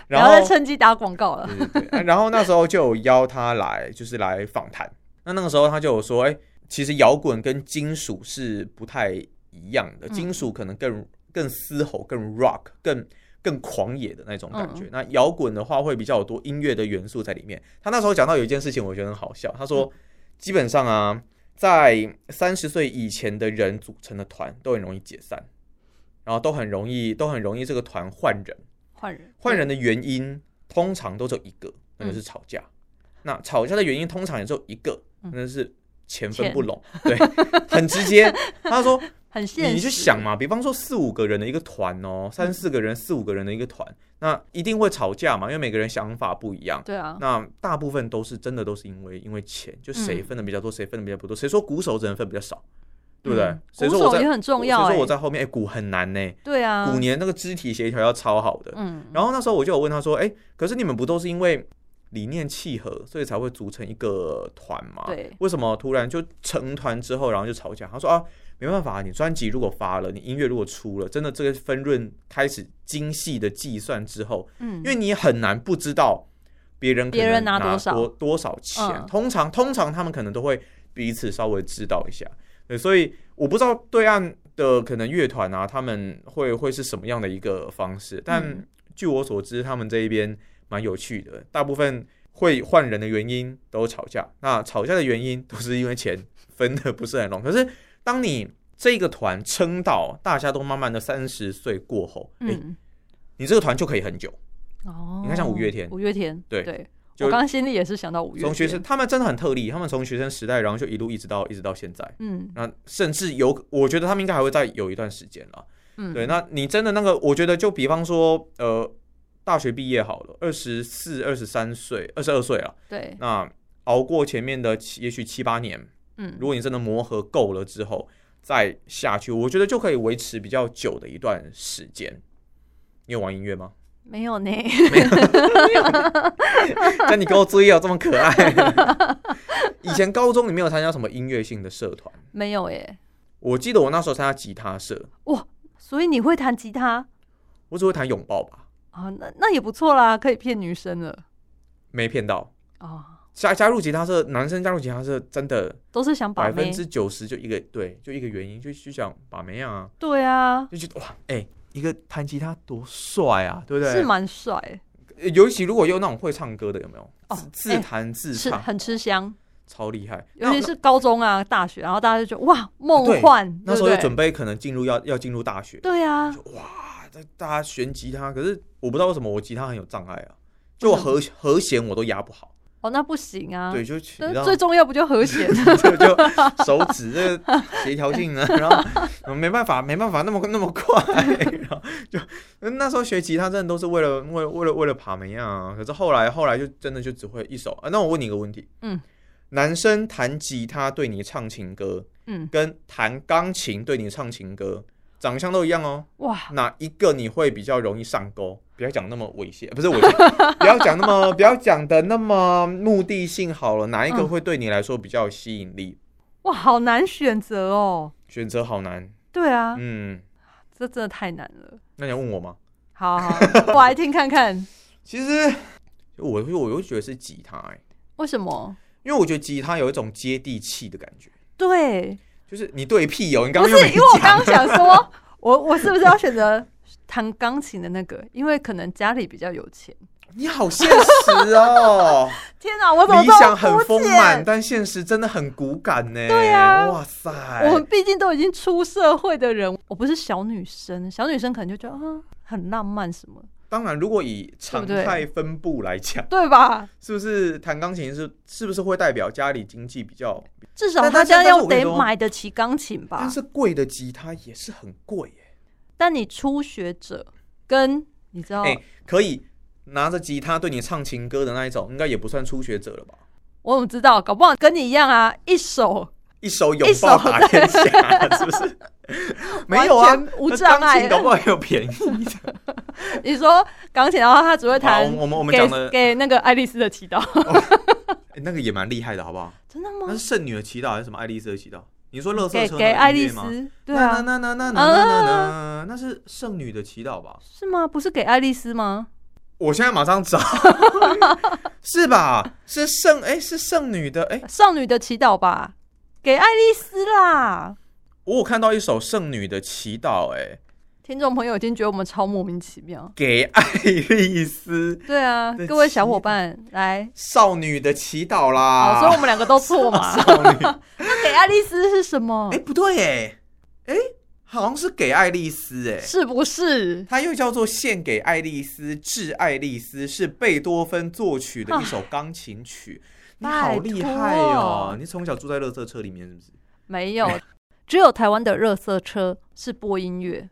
[SPEAKER 1] 然后再趁机打广告了。
[SPEAKER 2] 对对对，啊然后那时候就有邀他来，就是来访谈。那那个时候他就有说，哎、其实摇滚跟金属是不太一样的，金属可能更更嘶吼、更 rock、更更狂野的那种感觉。那摇滚的话会比较有多音乐的元素在里面。他那时候讲到有一件事情，我觉得很好笑，他说，基本上啊，在三十岁以前的人组成的团都很容易解散，然后都很容易都很容易这个团换人。
[SPEAKER 1] 换人，
[SPEAKER 2] 换人的原因通常都只有一个，那就是吵架。那吵架的原因通常也只有一个，
[SPEAKER 1] 嗯
[SPEAKER 2] 那就是钱分
[SPEAKER 1] 钱
[SPEAKER 2] 不拢，对， 很直接。他说
[SPEAKER 1] 很现实。
[SPEAKER 2] 你去想嘛，比方说四五个人的一个团
[SPEAKER 1] 嗯
[SPEAKER 2] 哦，三四个人、四五个人的一个团，那一定会吵架嘛，因为每个人想法不一样。
[SPEAKER 1] 对啊，
[SPEAKER 2] 那大部分都是真的都是因为因为钱，就谁
[SPEAKER 1] 嗯
[SPEAKER 2] 分的比较多，谁分的比较不多，谁说鼓手只能分比较少，对不对
[SPEAKER 1] 嗯？
[SPEAKER 2] 谁说
[SPEAKER 1] 鼓
[SPEAKER 2] 我
[SPEAKER 1] 手
[SPEAKER 2] 在
[SPEAKER 1] 也很重要
[SPEAKER 2] 谁说我
[SPEAKER 1] 哎。
[SPEAKER 2] 在后面？哎，鼓很难呢，
[SPEAKER 1] 对啊，
[SPEAKER 2] 鼓年那个肢体协调要超好的。
[SPEAKER 1] 嗯，
[SPEAKER 2] 然后那时候我就有问他说：“哎、可是你们不都是因为理念契合，所以才会组成一个团吗？
[SPEAKER 1] 对
[SPEAKER 2] 为什么突然就成团之后，然后就吵架？”他说：“啊，没办法，你专辑如果发了，你音乐如果出了，真的这个分润开始精细的计算之后，
[SPEAKER 1] 嗯，
[SPEAKER 2] 因为你很难不知道别人可能
[SPEAKER 1] 别人拿
[SPEAKER 2] 拿
[SPEAKER 1] 多少
[SPEAKER 2] 多多少钱，
[SPEAKER 1] 嗯
[SPEAKER 2] 通常通常他们可能都会彼此稍微知道一下。对，所以我不知道对岸的可能乐团啊，他们会会是什么样的一个方式，但
[SPEAKER 1] 嗯
[SPEAKER 2] 据我所知，他们这一边蛮有趣的，大部分会换人的原因都吵架，那吵架的原因都是因为钱分的不是很拢。可是当你这个团撑到大家都慢慢的三十岁过后，哎、
[SPEAKER 1] 嗯，
[SPEAKER 2] 你这个团就可以很久。
[SPEAKER 1] 哦，
[SPEAKER 2] 你看像五月天
[SPEAKER 1] 五月天，
[SPEAKER 2] 对
[SPEAKER 1] 对，
[SPEAKER 2] 就
[SPEAKER 1] 我刚刚心里也是想到五月天。
[SPEAKER 2] 从学生，他们真的很特例，他们从学生时代，然后就一路一直到一直到现在，
[SPEAKER 1] 嗯
[SPEAKER 2] 那甚至有，我觉得他们应该还会再有一段时间了。
[SPEAKER 1] 嗯，
[SPEAKER 2] 对，那你真的那个，我觉得就比方说，呃，大学毕业好了，二十四、二十三岁、二十二岁了，
[SPEAKER 1] 对，
[SPEAKER 2] 那熬过前面的七也许七八年，
[SPEAKER 1] 嗯
[SPEAKER 2] 如果你真的磨合够了之后再下去，我觉得就可以维持比较久的一段时间。你有玩音乐吗？
[SPEAKER 1] 没有呢，
[SPEAKER 2] 但你给我注意哦，这么 可爱。以前高中你没有参加什么音乐性的社团？
[SPEAKER 1] 没有耶。
[SPEAKER 2] 我记得我那时候参加吉他社，
[SPEAKER 1] 哇，所以你会弹吉他
[SPEAKER 2] 我只会弹拥抱吧。
[SPEAKER 1] 啊，那那也不错啦，可以骗女生了
[SPEAKER 2] 没骗到。
[SPEAKER 1] 啊，
[SPEAKER 2] 加加入吉他社，男生加入吉他社真的
[SPEAKER 1] 都是想把
[SPEAKER 2] 百
[SPEAKER 1] 妹
[SPEAKER 2] 分。之九十就一个对，就一个原因，就就想把妹啊，
[SPEAKER 1] 对啊，
[SPEAKER 2] 就觉得哇，哎、一个弹吉他多帅啊，对不对？
[SPEAKER 1] 是蛮帅，
[SPEAKER 2] 呃尤其如果有那种会唱歌的，有没有？
[SPEAKER 1] 哦
[SPEAKER 2] 自
[SPEAKER 1] 哎
[SPEAKER 2] 自弹自
[SPEAKER 1] 吃
[SPEAKER 2] 唱，
[SPEAKER 1] 很吃香，
[SPEAKER 2] 超厉害。
[SPEAKER 1] 尤其
[SPEAKER 2] 那
[SPEAKER 1] 是高中啊、大学，然后大家就觉得哇，梦
[SPEAKER 2] 对
[SPEAKER 1] 幻，
[SPEAKER 2] 那那
[SPEAKER 1] 对
[SPEAKER 2] 时
[SPEAKER 1] 不
[SPEAKER 2] 候就
[SPEAKER 1] 对
[SPEAKER 2] 准备可能进入要要进入大学，
[SPEAKER 1] 对啊，
[SPEAKER 2] 哇，大大家选吉他，可是我不知道为什么我吉他很有障碍啊，就我和和弦我都压不好，
[SPEAKER 1] 哦，那不行啊，
[SPEAKER 2] 对，就你知
[SPEAKER 1] 但
[SPEAKER 2] 道
[SPEAKER 1] 最重要不就 和谐？
[SPEAKER 2] 就就 手指这个协调性啊， 然后没办法，没办法那么那么快， 然后就呃那时候学吉他真的都是为了为为了为了爬梅啊，可是后来后来就真的就只会一首啊。那我问你一个问题，
[SPEAKER 1] 嗯，
[SPEAKER 2] 男生弹吉他对你唱情歌，
[SPEAKER 1] 嗯，
[SPEAKER 2] 跟弹钢琴对你唱情歌，长相都一样哦，
[SPEAKER 1] 哇，
[SPEAKER 2] 哪一个你会比较容易上钩？不要讲那么猥亵，不是猥亵， 不要讲那么不要讲的那么目的性好了，哪一个
[SPEAKER 1] 嗯
[SPEAKER 2] 会对你来说比较有吸引力？
[SPEAKER 1] 哇，好难选择哦。
[SPEAKER 2] 选择好难，
[SPEAKER 1] 对啊，
[SPEAKER 2] 嗯，
[SPEAKER 1] 这真的太难了。
[SPEAKER 2] 那你要问我吗？
[SPEAKER 1] 好好， 我来听看看
[SPEAKER 2] 其实我我又觉得是吉他、欸，
[SPEAKER 1] 为什么？
[SPEAKER 2] 因为我觉得吉他有一种接地气的感觉，
[SPEAKER 1] 对，
[SPEAKER 2] 就是你对屁哦友，你刚
[SPEAKER 1] 不
[SPEAKER 2] 刚
[SPEAKER 1] 是
[SPEAKER 2] 又没
[SPEAKER 1] 因为我
[SPEAKER 2] 讲
[SPEAKER 1] 刚刚想说，我我是不是要选择弹钢琴的那个？因为可能家里比较有钱。
[SPEAKER 2] 你好现实哦，
[SPEAKER 1] 天哪， 我怎么
[SPEAKER 2] 理
[SPEAKER 1] 这么
[SPEAKER 2] 想很
[SPEAKER 1] 肤
[SPEAKER 2] 丰满，
[SPEAKER 1] 浅？
[SPEAKER 2] 但现实真的很骨感呢、
[SPEAKER 1] 对啊
[SPEAKER 2] 哇塞，
[SPEAKER 1] 我们毕竟都已经出社会的人，我不是小女生，小女生可能就觉得啊很浪漫什么，
[SPEAKER 2] 当然如果以常
[SPEAKER 1] 对不对
[SPEAKER 2] 态分布来讲。
[SPEAKER 1] 对吧？
[SPEAKER 2] 是不是弹钢琴是是不是会代表家里经济比较？
[SPEAKER 1] 至少
[SPEAKER 2] 但
[SPEAKER 1] 大
[SPEAKER 2] 但是
[SPEAKER 1] 家
[SPEAKER 2] 但是
[SPEAKER 1] 要
[SPEAKER 2] 我跟你
[SPEAKER 1] 得
[SPEAKER 2] 说
[SPEAKER 1] 买得起钢琴吧
[SPEAKER 2] 但。是贵的吉他也是很贵耶、
[SPEAKER 1] 但你初学者跟你知道，
[SPEAKER 2] 哎可以拿着吉他对你唱情歌的那一种，应该也不算初学者了吧？
[SPEAKER 1] 我怎么知道？搞不好跟你一样啊，一手
[SPEAKER 2] 一手拥抱打天 下，是不是？ 没有啊
[SPEAKER 1] 完，全无
[SPEAKER 2] 那
[SPEAKER 1] 障
[SPEAKER 2] 钢
[SPEAKER 1] 碍
[SPEAKER 2] 琴。搞不好也有便宜 的。
[SPEAKER 1] 你说钢琴，然后他只会
[SPEAKER 2] 好，
[SPEAKER 1] 弹
[SPEAKER 2] 我们我们我们讲
[SPEAKER 1] 给
[SPEAKER 2] 的、
[SPEAKER 1] 给那个爱丽丝的祈祷，
[SPEAKER 2] 哎那个也蛮厉害的，好不好？
[SPEAKER 1] 真的
[SPEAKER 2] 那
[SPEAKER 1] 吗
[SPEAKER 2] 是？圣女的祈祷还是什么爱丽丝的祈祷？你说乐色
[SPEAKER 1] 给
[SPEAKER 2] 车
[SPEAKER 1] 哎给爱丽
[SPEAKER 2] 吗？
[SPEAKER 1] 丝，对啊，
[SPEAKER 2] 那那那那那那那那那是圣女的祈祷吧？
[SPEAKER 1] 是吗？不是给爱丽丝吗？
[SPEAKER 2] 我现在马 上找，是吧？是圣哎、是圣女的哎、
[SPEAKER 1] 少女的祈祷吧，给爱丽丝啦。
[SPEAKER 2] 我有看到一首圣女的祈祷哎、
[SPEAKER 1] 听众朋友已经觉得我们超莫名其妙。
[SPEAKER 2] 给爱丽丝
[SPEAKER 1] 对 啊，
[SPEAKER 2] 的
[SPEAKER 1] 各位
[SPEAKER 2] 祈
[SPEAKER 1] 小伙伴来，
[SPEAKER 2] 少女的祈祷
[SPEAKER 1] 好，哦所以我
[SPEAKER 2] 啦。
[SPEAKER 1] 们两个都错嘛。
[SPEAKER 2] 啊 少女
[SPEAKER 1] 那给爱丽丝是什么
[SPEAKER 2] 哎、？不对哎、哎、好像是给爱丽丝哎。
[SPEAKER 1] 是不是？
[SPEAKER 2] 它又叫做《献给爱丽丝》，致爱丽丝是贝多芬作曲的一首钢琴曲。你好厉害
[SPEAKER 1] 啊拜
[SPEAKER 2] 哦
[SPEAKER 1] 托！
[SPEAKER 2] 你从小住在乐色车里面是不是？
[SPEAKER 1] 没有，只有台湾的热色车是播音乐，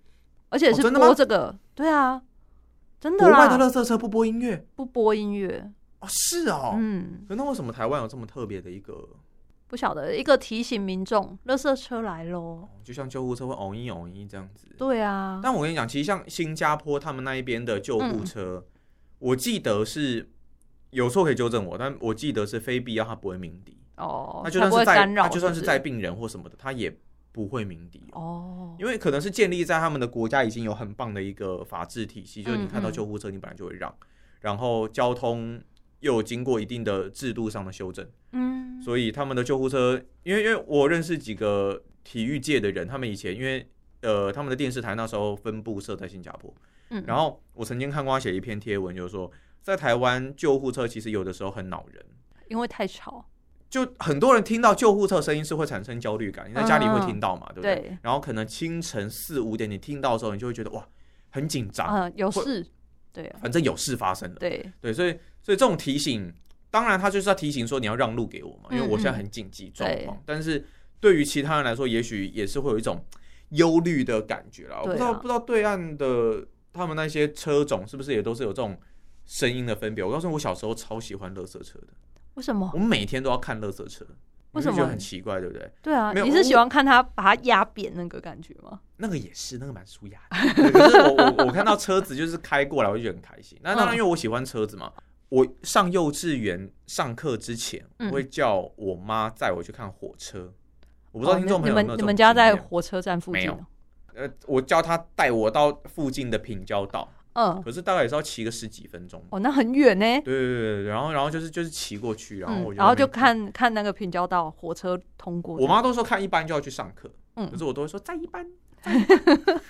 [SPEAKER 1] 而且
[SPEAKER 2] 哦
[SPEAKER 1] 是
[SPEAKER 2] 真的
[SPEAKER 1] 播
[SPEAKER 2] 吗
[SPEAKER 1] 这个。对啊，真的啊
[SPEAKER 2] 国外的
[SPEAKER 1] 啦，
[SPEAKER 2] 乐色车不播音乐
[SPEAKER 1] 不播音乐。
[SPEAKER 2] 哦？是哦。
[SPEAKER 1] 嗯，
[SPEAKER 2] 可那为什么台湾有这么特别的一个，
[SPEAKER 1] 不晓得一个提醒民众，热色车来喽。
[SPEAKER 2] 就像救护车会嗡一嗡一这样子？
[SPEAKER 1] 对啊，嗯
[SPEAKER 2] 但我跟你讲，其实像新加坡他们那一边的救护车，我记得是有错可以纠正我，但我记得是非必要它不会鸣笛，
[SPEAKER 1] 哦，
[SPEAKER 2] 它就
[SPEAKER 1] 才
[SPEAKER 2] 算
[SPEAKER 1] 不会
[SPEAKER 2] 是在
[SPEAKER 1] 干扰，
[SPEAKER 2] 它就算
[SPEAKER 1] 是
[SPEAKER 2] 是
[SPEAKER 1] 不
[SPEAKER 2] 在病人或什么的，它也不会鸣笛。
[SPEAKER 1] 哦，
[SPEAKER 2] 因为可能是建立在他们的国家已经有很棒的一个法治体系，就是你看到
[SPEAKER 1] 嗯嗯
[SPEAKER 2] 救护车，你本来就会让，然后交通又有经过一定的制度上的修正，
[SPEAKER 1] 嗯，
[SPEAKER 2] 所以他们的救护车，因为因为我认识几个体育界的人，他们以前因为呃他们的电视台那时候分布设在新加坡，
[SPEAKER 1] 嗯
[SPEAKER 2] 然后我曾经看过他写一篇贴文，就是说在台湾救护车其实有的时候很恼人，
[SPEAKER 1] 因为太吵，
[SPEAKER 2] 就很多人听到救护车声音是会产生焦虑感，你在家里会听到嘛，对不对？
[SPEAKER 1] 对
[SPEAKER 2] 然后可能清晨四五点你听到的时候，你就会觉得哇很紧张，
[SPEAKER 1] 嗯，有
[SPEAKER 2] 会
[SPEAKER 1] 事，对啊，
[SPEAKER 2] 反正有事发生了。
[SPEAKER 1] 对，
[SPEAKER 2] 啊对，所以所以这种提醒，当然他就是要提醒说你要让路给我嘛，因为
[SPEAKER 1] 嗯
[SPEAKER 2] 我现在
[SPEAKER 1] 嗯
[SPEAKER 2] 很紧急状
[SPEAKER 1] 对
[SPEAKER 2] 况。但是对于其他人来说，也许也是会有一种忧虑的感觉啦。我不知
[SPEAKER 1] 对
[SPEAKER 2] 道、
[SPEAKER 1] 啊
[SPEAKER 2] 不知道对岸的他们那些车种是不是也都是有这种声音的分别。我告诉你，我小时候超喜欢垃圾车的，
[SPEAKER 1] 为什么
[SPEAKER 2] 我？每天都要看垃圾车。
[SPEAKER 1] 为
[SPEAKER 2] 你
[SPEAKER 1] 什
[SPEAKER 2] 会觉得
[SPEAKER 1] 么
[SPEAKER 2] 很奇怪，对不对？
[SPEAKER 1] 对啊，
[SPEAKER 2] 没有
[SPEAKER 1] 你是喜
[SPEAKER 2] 我
[SPEAKER 1] 欢看他把他压扁那个感觉吗？
[SPEAKER 2] 那个也是，那个蛮舒压的。对可是我我我看到车子就是开过来，我就觉得很开心。那当
[SPEAKER 1] 嗯
[SPEAKER 2] 然，因为我喜欢车子嘛。我上幼稚园上课之前，我
[SPEAKER 1] 嗯
[SPEAKER 2] 会叫我妈载我去看火车。我
[SPEAKER 1] 我
[SPEAKER 2] 不知道听众朋友有
[SPEAKER 1] 哦你们
[SPEAKER 2] 没有这
[SPEAKER 1] 你
[SPEAKER 2] 种
[SPEAKER 1] 们家
[SPEAKER 2] 经验
[SPEAKER 1] 在火车站附
[SPEAKER 2] 没
[SPEAKER 1] 近
[SPEAKER 2] 有
[SPEAKER 1] 哦
[SPEAKER 2] 呃，我叫她带我到附近的平交道，
[SPEAKER 1] 嗯，
[SPEAKER 2] 可是大概也是要骑个十几分钟。
[SPEAKER 1] 哦，那很远呢。
[SPEAKER 2] 对对对对，然后然后就是就是骑过去，然后我
[SPEAKER 1] 嗯，
[SPEAKER 2] 就、
[SPEAKER 1] 然后就，看看那个平交道火车通过。
[SPEAKER 2] 我妈都说看一班就要去上课，
[SPEAKER 1] 嗯
[SPEAKER 2] 可是我都会说再一班， 再一班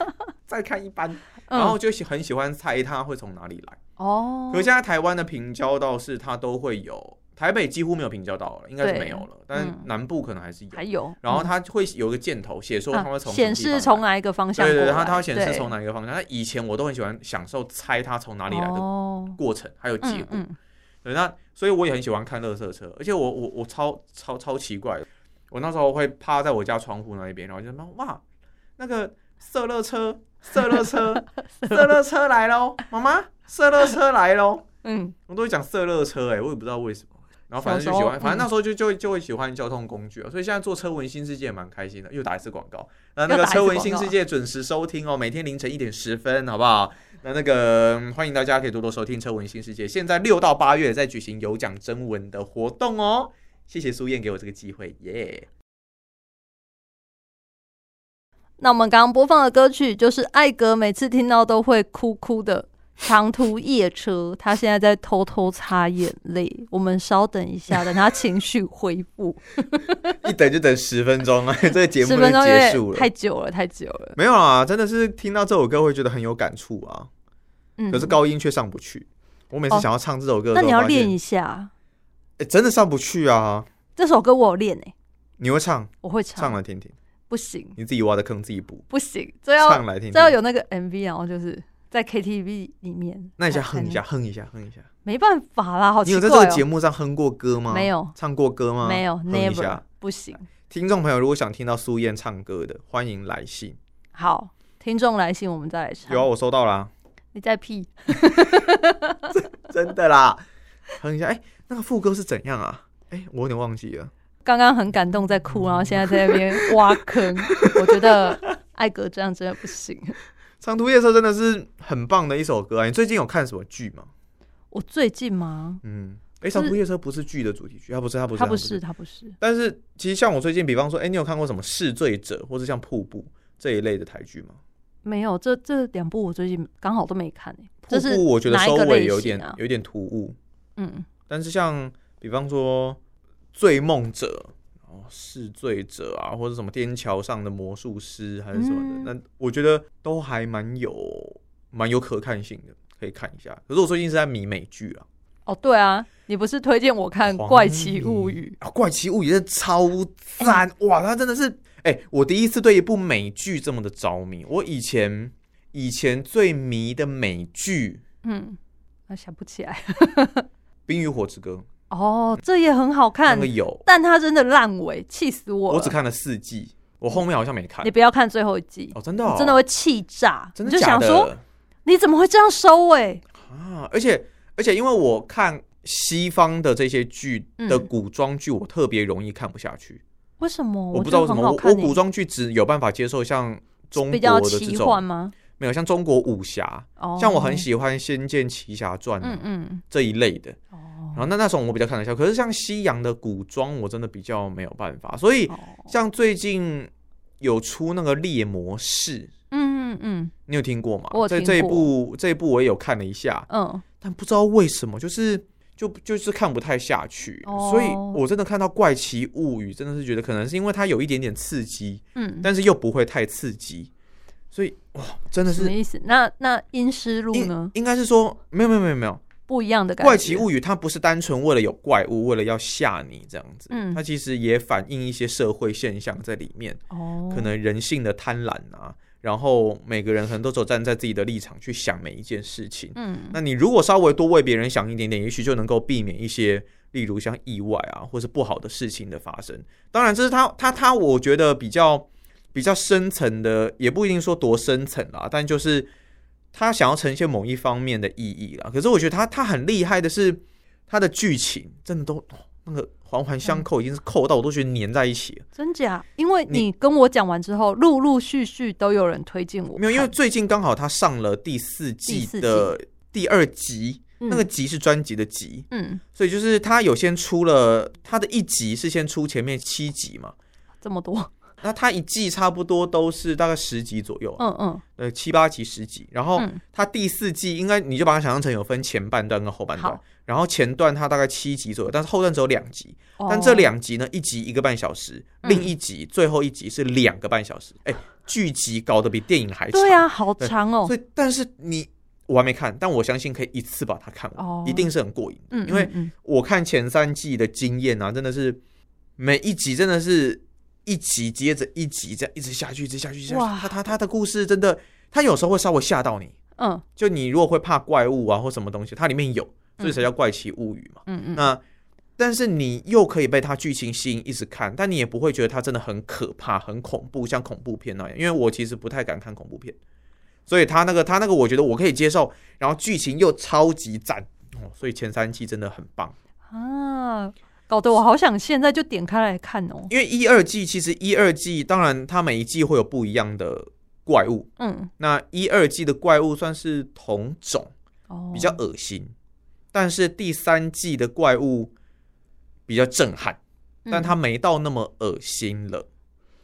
[SPEAKER 2] 再看一班，
[SPEAKER 1] 嗯
[SPEAKER 2] 然后就喜很喜欢猜她会从哪里来。
[SPEAKER 1] 哦
[SPEAKER 2] 可，是现在台湾的平交道是它都会有，台北几乎没有平交道了，应该是没有了，但是南部可能还是有。
[SPEAKER 1] 嗯还有，
[SPEAKER 2] 然后
[SPEAKER 1] 嗯
[SPEAKER 2] 它会有一个箭头写说它会
[SPEAKER 1] 啊
[SPEAKER 2] 从
[SPEAKER 1] 显示从
[SPEAKER 2] 哪
[SPEAKER 1] 哪一个方向
[SPEAKER 2] 对
[SPEAKER 1] 过来，
[SPEAKER 2] 对对，它它会显示
[SPEAKER 1] 对
[SPEAKER 2] 从哪一个方向。那以前我都很喜欢享受猜它从哪里来的
[SPEAKER 1] 哦，
[SPEAKER 2] 过程，还有结
[SPEAKER 1] 嗯
[SPEAKER 2] 果。
[SPEAKER 1] 嗯，
[SPEAKER 2] 对，那所以我也很喜欢看乐色车，而且我我我超超超奇怪的，我那时候会趴在我家窗户那一边，然后就妈哇，那个色乐车，色乐车，色乐车来喽，妈妈，色乐车来喽，
[SPEAKER 1] 嗯，
[SPEAKER 2] 我都会讲色乐车、欸，哎，我也不知道为什么。然后反正
[SPEAKER 1] 小
[SPEAKER 2] 就
[SPEAKER 1] 时
[SPEAKER 2] 喜
[SPEAKER 1] 候
[SPEAKER 2] 欢，反正
[SPEAKER 1] 嗯
[SPEAKER 2] 那时候就就会就会喜欢交通工具啊，所以现在做车文新世界也蛮开心的，又打一次 广告。那那
[SPEAKER 1] 又
[SPEAKER 2] 个
[SPEAKER 1] 打一次
[SPEAKER 2] 车文
[SPEAKER 1] 广
[SPEAKER 2] 新
[SPEAKER 1] 告
[SPEAKER 2] 世
[SPEAKER 1] 啊
[SPEAKER 2] 界准时收听哦，每天凌晨一点十分，好不好？那那个嗯欢迎大家可以多多收听车文新世界，现在六到八月在举行有奖征文的活动哦。谢谢苏燕给我这个机会， 耶、
[SPEAKER 1] 那我们刚刚播放的歌曲就是艾格每次听到都会哭哭的《长途夜车》，他现在在偷偷擦眼泪。我们稍等一下，等他情绪恢复。
[SPEAKER 2] 一等就等十分 钟啊，这个 节
[SPEAKER 1] 十
[SPEAKER 2] 目
[SPEAKER 1] 分
[SPEAKER 2] 就
[SPEAKER 1] 钟有
[SPEAKER 2] 结
[SPEAKER 1] 点
[SPEAKER 2] 束
[SPEAKER 1] 太
[SPEAKER 2] 了。
[SPEAKER 1] 久了，太久了。
[SPEAKER 2] 没有啊，真的是听到这首歌会觉得很有感触啊，
[SPEAKER 1] 嗯，
[SPEAKER 2] 可是高音却上不去。我每次
[SPEAKER 1] 哦
[SPEAKER 2] 想要唱这首歌的
[SPEAKER 1] 那
[SPEAKER 2] 时候，
[SPEAKER 1] 你要
[SPEAKER 2] 发现
[SPEAKER 1] 练一下
[SPEAKER 2] 欸，真的上不去啊！
[SPEAKER 1] 这首歌，我有练诶、欸
[SPEAKER 2] 你会唱，
[SPEAKER 1] 我会
[SPEAKER 2] 唱
[SPEAKER 1] 唱，
[SPEAKER 2] 来听听，
[SPEAKER 1] 不行
[SPEAKER 2] 你自己挖的坑自己补，
[SPEAKER 1] 不行，这要
[SPEAKER 2] 唱来听
[SPEAKER 1] 啊这要
[SPEAKER 2] 听。
[SPEAKER 1] 有那个 MV，然后就是在 KTV 里面，
[SPEAKER 2] 那你先
[SPEAKER 1] 才
[SPEAKER 2] 哼一，
[SPEAKER 1] 才
[SPEAKER 2] 下，
[SPEAKER 1] 能
[SPEAKER 2] 哼一下，哼一下。
[SPEAKER 1] 没办法啦，好
[SPEAKER 2] 你
[SPEAKER 1] 奇
[SPEAKER 2] 有
[SPEAKER 1] 怪
[SPEAKER 2] 在
[SPEAKER 1] 哦
[SPEAKER 2] 这个节目上哼过歌吗？
[SPEAKER 1] 没有
[SPEAKER 2] 唱过歌吗？
[SPEAKER 1] 没有
[SPEAKER 2] 哼一
[SPEAKER 1] ，never
[SPEAKER 2] 下。
[SPEAKER 1] 不行。
[SPEAKER 2] 听众朋友，如果想听到苏燕唱歌的，欢迎来信。
[SPEAKER 1] 好，听众来信我们再来唱。
[SPEAKER 2] 有啊，我收 到啦，
[SPEAKER 1] 你在屁？
[SPEAKER 2] 真的啦。哼一下，哎，那个副歌是怎样啊？哎，我有点忘记了。
[SPEAKER 1] 刚刚很感动在哭，然后现在在那边挖 坑，我觉得艾格这样真的不行。
[SPEAKER 2] 长途夜车真的是很棒的一首歌啊！你最近有看什么剧吗？
[SPEAKER 1] 我最近吗？
[SPEAKER 2] 嗯，哎，长途夜车不是剧的主题曲，它不是，它不是，
[SPEAKER 1] 他不是，他不是。
[SPEAKER 2] 但是其实像我最近，比方说，哎、你有看过什么《弑罪者》或者像《瀑布》这一类的台剧吗？
[SPEAKER 1] 没有，这这两部我最近刚好都没看诶、
[SPEAKER 2] 瀑
[SPEAKER 1] 这是
[SPEAKER 2] 布我觉得
[SPEAKER 1] 哪一
[SPEAKER 2] 收
[SPEAKER 1] 个
[SPEAKER 2] 尾
[SPEAKER 1] 类
[SPEAKER 2] 有
[SPEAKER 1] 型
[SPEAKER 2] 点、
[SPEAKER 1] 啊
[SPEAKER 2] 有点突兀，
[SPEAKER 1] 嗯，
[SPEAKER 2] 但是像比方说《醉梦者》然后《弑罪者》啊，或者什么《天桥上的魔术师》还是什么
[SPEAKER 1] 嗯
[SPEAKER 2] 的，那我觉得都还蛮有蛮有可看性的，可以看一下。可是我最近是在迷美剧啊，
[SPEAKER 1] 哦对啊，你不是推荐我看
[SPEAKER 2] 黄
[SPEAKER 1] 《怪奇物语》？
[SPEAKER 2] 啊，《怪奇物语》是超赞、哇！它真的是，哎、我第一次对一部美剧这么的着迷。我以前以前最迷的美剧
[SPEAKER 1] 嗯，啊想不起来。
[SPEAKER 2] 《冰与火之歌》，
[SPEAKER 1] 哦，这也很好
[SPEAKER 2] 那
[SPEAKER 1] 看
[SPEAKER 2] 个，有，
[SPEAKER 1] 但它真的烂尾，气死我了！
[SPEAKER 2] 我只看了四季，我后面好像没看
[SPEAKER 1] 你。不要看最后一季，
[SPEAKER 2] 哦，真的、哦，
[SPEAKER 1] 你真的，会气炸，
[SPEAKER 2] 真的
[SPEAKER 1] 你就
[SPEAKER 2] 假
[SPEAKER 1] 想
[SPEAKER 2] 的
[SPEAKER 1] 说你怎么会这样收尾？
[SPEAKER 2] 啊！而且而且，因为我看西方的这些剧的
[SPEAKER 1] 嗯
[SPEAKER 2] 古装剧，我特别容易看不下去。
[SPEAKER 1] 为什么？
[SPEAKER 2] 我不知道为
[SPEAKER 1] 觉
[SPEAKER 2] 什
[SPEAKER 1] 得
[SPEAKER 2] 么，
[SPEAKER 1] 很好
[SPEAKER 2] 我
[SPEAKER 1] 看
[SPEAKER 2] 我
[SPEAKER 1] 欸
[SPEAKER 2] 古装剧只有办法接受像中
[SPEAKER 1] 比
[SPEAKER 2] 国
[SPEAKER 1] 较
[SPEAKER 2] 的这
[SPEAKER 1] 奇
[SPEAKER 2] 种
[SPEAKER 1] 幻，吗？
[SPEAKER 2] 没有像中国武侠。
[SPEAKER 1] 哦，
[SPEAKER 2] 像我很喜欢《仙剑奇侠传》
[SPEAKER 1] 嗯
[SPEAKER 2] 啊
[SPEAKER 1] 嗯
[SPEAKER 2] 这一类的，然
[SPEAKER 1] 哦
[SPEAKER 2] 后那那种我比较看得下，可是像西洋的古装我真的比较没有办法，所以
[SPEAKER 1] 哦
[SPEAKER 2] 像最近有出那个《猎魔士》，
[SPEAKER 1] 嗯嗯嗯
[SPEAKER 2] 你有听过吗
[SPEAKER 1] 我？有
[SPEAKER 2] 这
[SPEAKER 1] 听
[SPEAKER 2] 这一
[SPEAKER 1] 过
[SPEAKER 2] 部这一部我也有看了一下，
[SPEAKER 1] 嗯，
[SPEAKER 2] 但不知道为什么就是。就就是看不太下去，
[SPEAKER 1] 哦
[SPEAKER 2] 所以我真的看到《怪奇物语》，真的是觉得可能是因为它有一点点刺激，
[SPEAKER 1] 嗯
[SPEAKER 2] 但是又不会太刺激，所以哇，真的
[SPEAKER 1] 什么
[SPEAKER 2] 是
[SPEAKER 1] 意思？那那阴尸路
[SPEAKER 2] 应
[SPEAKER 1] 呢？
[SPEAKER 2] 应该是说没有没有没有没有，
[SPEAKER 1] 不一样的感觉。
[SPEAKER 2] 怪奇物语它不是单纯为了有怪物，为了要吓你这样子，
[SPEAKER 1] 嗯
[SPEAKER 2] 它其实也反映一些社会现象在里面，
[SPEAKER 1] 哦，
[SPEAKER 2] 可能人性的贪婪啊，然后每个人可能都只有站在自己的立场去想每一件事情。
[SPEAKER 1] 嗯
[SPEAKER 2] 那你如果稍微多为别人想一点点，也许就能够避免一些，例如像意外啊，或是不好的事情的发生。当然，这是他他他，我觉得比较比较深层的，也不一定说多深层啦，但就是他想要呈现某一方面的意义啦。可是我觉得他他很厉害的是，他的剧情真的都、哦那个环环相
[SPEAKER 1] 嗯
[SPEAKER 2] 扣，已经是扣到我都觉得粘在一起了。
[SPEAKER 1] 真假？因为
[SPEAKER 2] 你
[SPEAKER 1] 你跟我讲完之后，陆陆续续都有人推荐我看，
[SPEAKER 2] 没有，因为最近刚好他上了第四季
[SPEAKER 1] 第四
[SPEAKER 2] 的第二集，
[SPEAKER 1] 嗯
[SPEAKER 2] 那个集是专辑的集。
[SPEAKER 1] 嗯
[SPEAKER 2] 所以就是他有先出了他的一集是先出前面七集嘛，
[SPEAKER 1] 这么多，
[SPEAKER 2] 那它一季差不多都是大概十集左右，
[SPEAKER 1] 嗯嗯，
[SPEAKER 2] 呃，七八集、十集。然后
[SPEAKER 1] 嗯
[SPEAKER 2] 它第四季应该你就把它想象成有分前半段跟后半段
[SPEAKER 1] 好，
[SPEAKER 2] 然后前段它大概七集左右，但是后段只有两集。
[SPEAKER 1] 哦
[SPEAKER 2] 但这两集呢，一集一个半小时，
[SPEAKER 1] 嗯
[SPEAKER 2] 另一集最后一集是两个半小时。哎，剧集搞得比电影还长。
[SPEAKER 1] 对啊，好长哦
[SPEAKER 2] 所，以，但是你我还没看，但我相信可以一次把它看完，
[SPEAKER 1] 哦
[SPEAKER 2] 一定是很过瘾。
[SPEAKER 1] 嗯，
[SPEAKER 2] 因为
[SPEAKER 1] 嗯嗯
[SPEAKER 2] 我看前三季的经验啊，真的是每一集真的是一集接着一集，这样一直下去，一直下去，一直下
[SPEAKER 1] 哇
[SPEAKER 2] 去。他他他的故事真的，他有时候会稍微吓到你。
[SPEAKER 1] 嗯
[SPEAKER 2] 就你如果会怕怪物啊或什么东西，它里面有，所以才叫怪奇物语嘛。
[SPEAKER 1] 嗯嗯，
[SPEAKER 2] 那但是你又可以被它剧情吸引，一直看，但你也不会觉得它真的很可怕、很恐怖，像恐怖片那样。因为我其实不太敢看恐怖片，所以它那个它那个我觉得我可以接受，然后剧情又超级赞哦，所以前三季真的很棒。
[SPEAKER 1] 啊，搞得我好想现在就点开来看哦。
[SPEAKER 2] 因为一二季其实一二季当然它每一季会有不一样的怪物，
[SPEAKER 1] 嗯，
[SPEAKER 2] 那一二季的怪物算是同种。
[SPEAKER 1] 哦，
[SPEAKER 2] 比较恶心，但是第三季的怪物比较震撼，
[SPEAKER 1] 嗯，
[SPEAKER 2] 但它没到那么恶心了。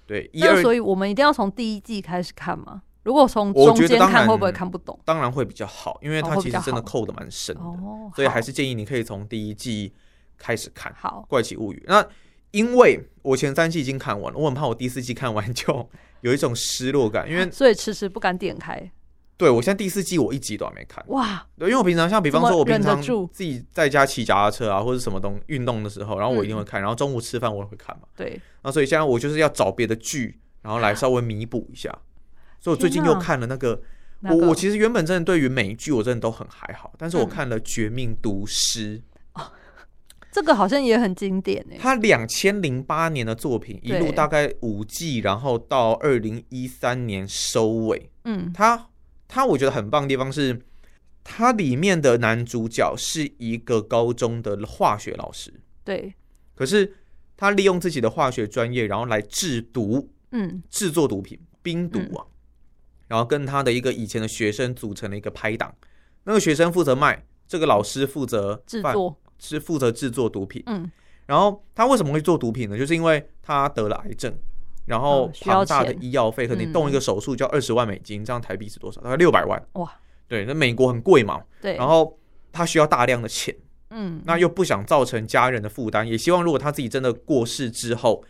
[SPEAKER 2] 对，一
[SPEAKER 1] 那
[SPEAKER 2] 二
[SPEAKER 1] 所以我们一定要从第一季开始看嘛。如果从
[SPEAKER 2] 我
[SPEAKER 1] 中
[SPEAKER 2] 觉得
[SPEAKER 1] 间
[SPEAKER 2] 当
[SPEAKER 1] 看，
[SPEAKER 2] 然嗯
[SPEAKER 1] 会不会看不懂？
[SPEAKER 2] 当然会比较好，因为
[SPEAKER 1] 哦
[SPEAKER 2] 它
[SPEAKER 1] 会
[SPEAKER 2] 其
[SPEAKER 1] 比
[SPEAKER 2] 实
[SPEAKER 1] 较
[SPEAKER 2] 真的
[SPEAKER 1] 好
[SPEAKER 2] 扣的蛮深的，
[SPEAKER 1] 哦，
[SPEAKER 2] 所以
[SPEAKER 1] 好
[SPEAKER 2] 还是建议你可以从第一季开始看《
[SPEAKER 1] 好，
[SPEAKER 2] 怪奇物语》。那因为我前三季已经看完了，我很怕我第四季看完就 有一种失落感，因为
[SPEAKER 1] 所以迟迟不敢点开。
[SPEAKER 2] 对我现在第四季我一集都还没看。
[SPEAKER 1] 哇，
[SPEAKER 2] 对，因为我平常像比方说，我平
[SPEAKER 1] 怎么
[SPEAKER 2] 常
[SPEAKER 1] 忍得住
[SPEAKER 2] 自己在家骑脚踏车啊，或者什么东运动的时候，然后我
[SPEAKER 1] 嗯
[SPEAKER 2] 一定会看，然后中午吃饭我也会看嘛。
[SPEAKER 1] 对，
[SPEAKER 2] 那所以现在我就是要找别的剧，然后来稍微弥补一下。所以我最近
[SPEAKER 1] 啊天哪
[SPEAKER 2] 又看了那个，
[SPEAKER 1] 那个
[SPEAKER 2] 我我其实原本真的对于美剧我真的都很还好，但是我
[SPEAKER 1] 嗯
[SPEAKER 2] 看了《绝命毒师》
[SPEAKER 1] 这个好像也很经典欸诶。
[SPEAKER 2] 它两千零八年的作品，一路
[SPEAKER 1] 对
[SPEAKER 2] 大概五季，然后到二零一三年收尾。
[SPEAKER 1] 嗯，
[SPEAKER 2] 它它我觉得很棒的地方是，它里面的男主角是一个高中的化学老师，
[SPEAKER 1] 对，
[SPEAKER 2] 可是他利用自己的化学专业，然后来制毒，
[SPEAKER 1] 嗯
[SPEAKER 2] 制作毒品冰毒啊，然后跟他的一个以前的学生组成了一个拍档，那个学生负责卖，这个老师负责
[SPEAKER 1] 制
[SPEAKER 2] 贩
[SPEAKER 1] 作，
[SPEAKER 2] 是负责制作毒品。
[SPEAKER 1] 嗯，
[SPEAKER 2] 然后他为什么会做毒品呢？就是因为他得了癌症，然后
[SPEAKER 1] 嗯需要
[SPEAKER 2] 庞大的
[SPEAKER 1] 钱嗯
[SPEAKER 2] 医药费，可能你动一个手术就要二十万美金，这样台币是多少？大概六百万。
[SPEAKER 1] 哇，
[SPEAKER 2] 对，那美国很贵嘛，
[SPEAKER 1] 对，
[SPEAKER 2] 然后他需要大量的钱，
[SPEAKER 1] 嗯，
[SPEAKER 2] 那又不想造成家人的负担，也希望如果他自己真的过世之后，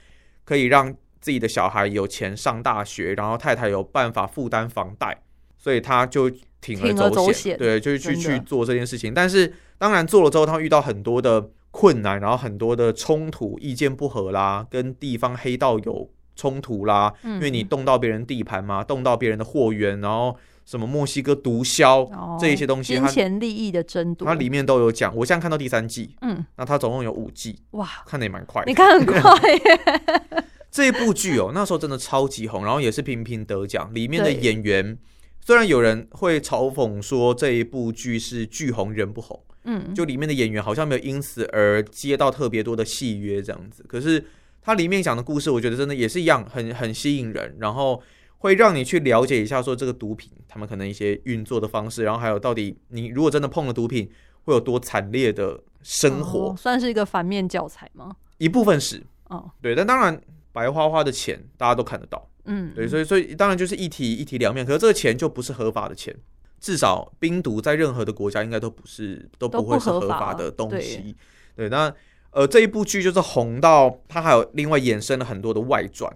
[SPEAKER 2] 可以让自己的小孩有钱上大学，然后太太有办法负担房贷，所以他就铤
[SPEAKER 1] 铤而
[SPEAKER 2] 而
[SPEAKER 1] 走
[SPEAKER 2] 走
[SPEAKER 1] 险
[SPEAKER 2] 对，就是去
[SPEAKER 1] 真的
[SPEAKER 2] 去做这件事情。但是当然做了之后，他遇到很多的困难，然后很多的冲突、意见不合啦，跟地方黑道有冲突啦，
[SPEAKER 1] 嗯
[SPEAKER 2] 因为你动到别人地盘嘛，动到别人的货源，然后什么墨西哥毒枭。
[SPEAKER 1] 哦
[SPEAKER 2] 这一些东西
[SPEAKER 1] 金
[SPEAKER 2] 它
[SPEAKER 1] 钱利益的争夺，
[SPEAKER 2] 它里面都有讲，我现在看到第三季，
[SPEAKER 1] 嗯，
[SPEAKER 2] 那它总共有五季，
[SPEAKER 1] 哇，
[SPEAKER 2] 看的也蛮快
[SPEAKER 1] 你
[SPEAKER 2] 的。
[SPEAKER 1] 看很快 耶，
[SPEAKER 2] 这一部剧哦，那 时候真的超级红，然后也是频频得奖。里面的
[SPEAKER 1] 对
[SPEAKER 2] 演员虽然有人会嘲讽说这一部剧是剧红人不红，
[SPEAKER 1] 嗯，
[SPEAKER 2] 就里面的演员好像没有因此而接到特别多的戏约这样子。可是它里面讲的故事，我觉得真的也是一样，很很吸引人，然后会让你去了解一下说这个毒品他们可能一些运作的方式，然后还有到底你如果真的碰了毒品会有多惨烈的生活。
[SPEAKER 1] 哦算是一个反面教材吗？
[SPEAKER 2] 一部分是，
[SPEAKER 1] 哦，
[SPEAKER 2] 对，但当然白花花的钱大家都看得到，
[SPEAKER 1] 嗯，
[SPEAKER 2] 对，所以所以当然就是一体一体两面，可是这个钱就不是合法的钱，至少冰毒在任何的国家应该都不是都
[SPEAKER 1] 都
[SPEAKER 2] 不
[SPEAKER 1] 不
[SPEAKER 2] 会是
[SPEAKER 1] 合
[SPEAKER 2] 合
[SPEAKER 1] 法
[SPEAKER 2] 法的东
[SPEAKER 1] 对
[SPEAKER 2] 西，对，那。呃，这一部剧就是红到它还有另外衍生了很多的外传，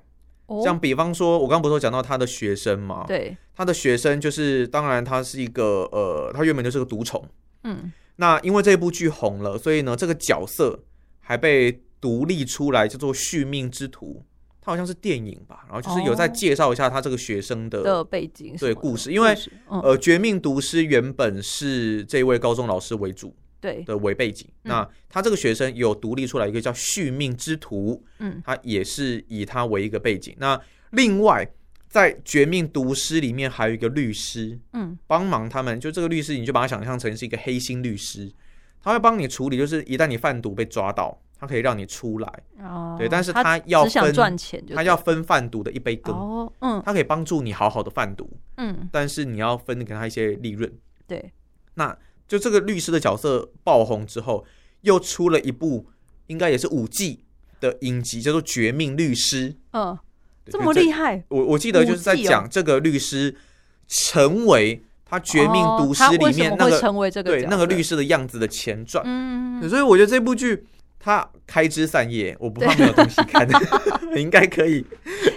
[SPEAKER 1] 哦
[SPEAKER 2] 像比方说，我刚不是有讲到他的学生嘛，
[SPEAKER 1] 对，
[SPEAKER 2] 他的学生就是，当然他是一个呃，他原本就是个毒虫，
[SPEAKER 1] 嗯，
[SPEAKER 2] 那因为这部剧红了，所以呢，这个角色还被独立出来，叫做《续命之徒》，它好像是电影吧，然后就是有在
[SPEAKER 1] 哦
[SPEAKER 2] 介绍一下他这个学生的。
[SPEAKER 1] 的背景什
[SPEAKER 2] 对
[SPEAKER 1] 么的
[SPEAKER 2] 故事因为
[SPEAKER 1] 嗯
[SPEAKER 2] 呃，《绝命毒师》原本是这位高中老师为主
[SPEAKER 1] 对，
[SPEAKER 2] 的为背景，
[SPEAKER 1] 嗯
[SPEAKER 2] 那他这个学生有独立出来一个叫《续命之徒》，
[SPEAKER 1] 嗯，
[SPEAKER 2] 他也是以他为一个背景。那另外，在《绝命毒师》里面还有一个律师，
[SPEAKER 1] 嗯，
[SPEAKER 2] 帮忙他们，就这个律师，你就把他想象成是一个黑心律师，他会帮你处理，就是一旦你贩毒被抓到，他可以让你出来，
[SPEAKER 1] 哦，
[SPEAKER 2] 对，但是
[SPEAKER 1] 他
[SPEAKER 2] 要
[SPEAKER 1] 只想
[SPEAKER 2] 分，
[SPEAKER 1] 赚钱就
[SPEAKER 2] 他
[SPEAKER 1] 对
[SPEAKER 2] 要分贩毒的一杯羹，
[SPEAKER 1] 哦，嗯
[SPEAKER 2] 他可以帮助你好好的贩毒，
[SPEAKER 1] 嗯，
[SPEAKER 2] 但是你要分给他一些利润。
[SPEAKER 1] 对，
[SPEAKER 2] 那就这个律师的角色爆红之后，又出了一部应该也是五季的影集，叫做《绝命律师》。
[SPEAKER 1] 嗯，
[SPEAKER 2] 对
[SPEAKER 1] 这
[SPEAKER 2] 就
[SPEAKER 1] 么厉害，
[SPEAKER 2] 我我记得就是在
[SPEAKER 1] 五季哦
[SPEAKER 2] 讲这个律师成为他《绝命毒师
[SPEAKER 1] 哦他》
[SPEAKER 2] 里
[SPEAKER 1] 为什
[SPEAKER 2] 面
[SPEAKER 1] 么
[SPEAKER 2] 那
[SPEAKER 1] 会
[SPEAKER 2] 个
[SPEAKER 1] 成为这个
[SPEAKER 2] 对
[SPEAKER 1] 角
[SPEAKER 2] 那个律
[SPEAKER 1] 色，
[SPEAKER 2] 师的样子的前传。
[SPEAKER 1] 嗯，嗯嗯
[SPEAKER 2] 所以我觉得这部剧它开枝散叶，我不怕没有东西 看，你应该可以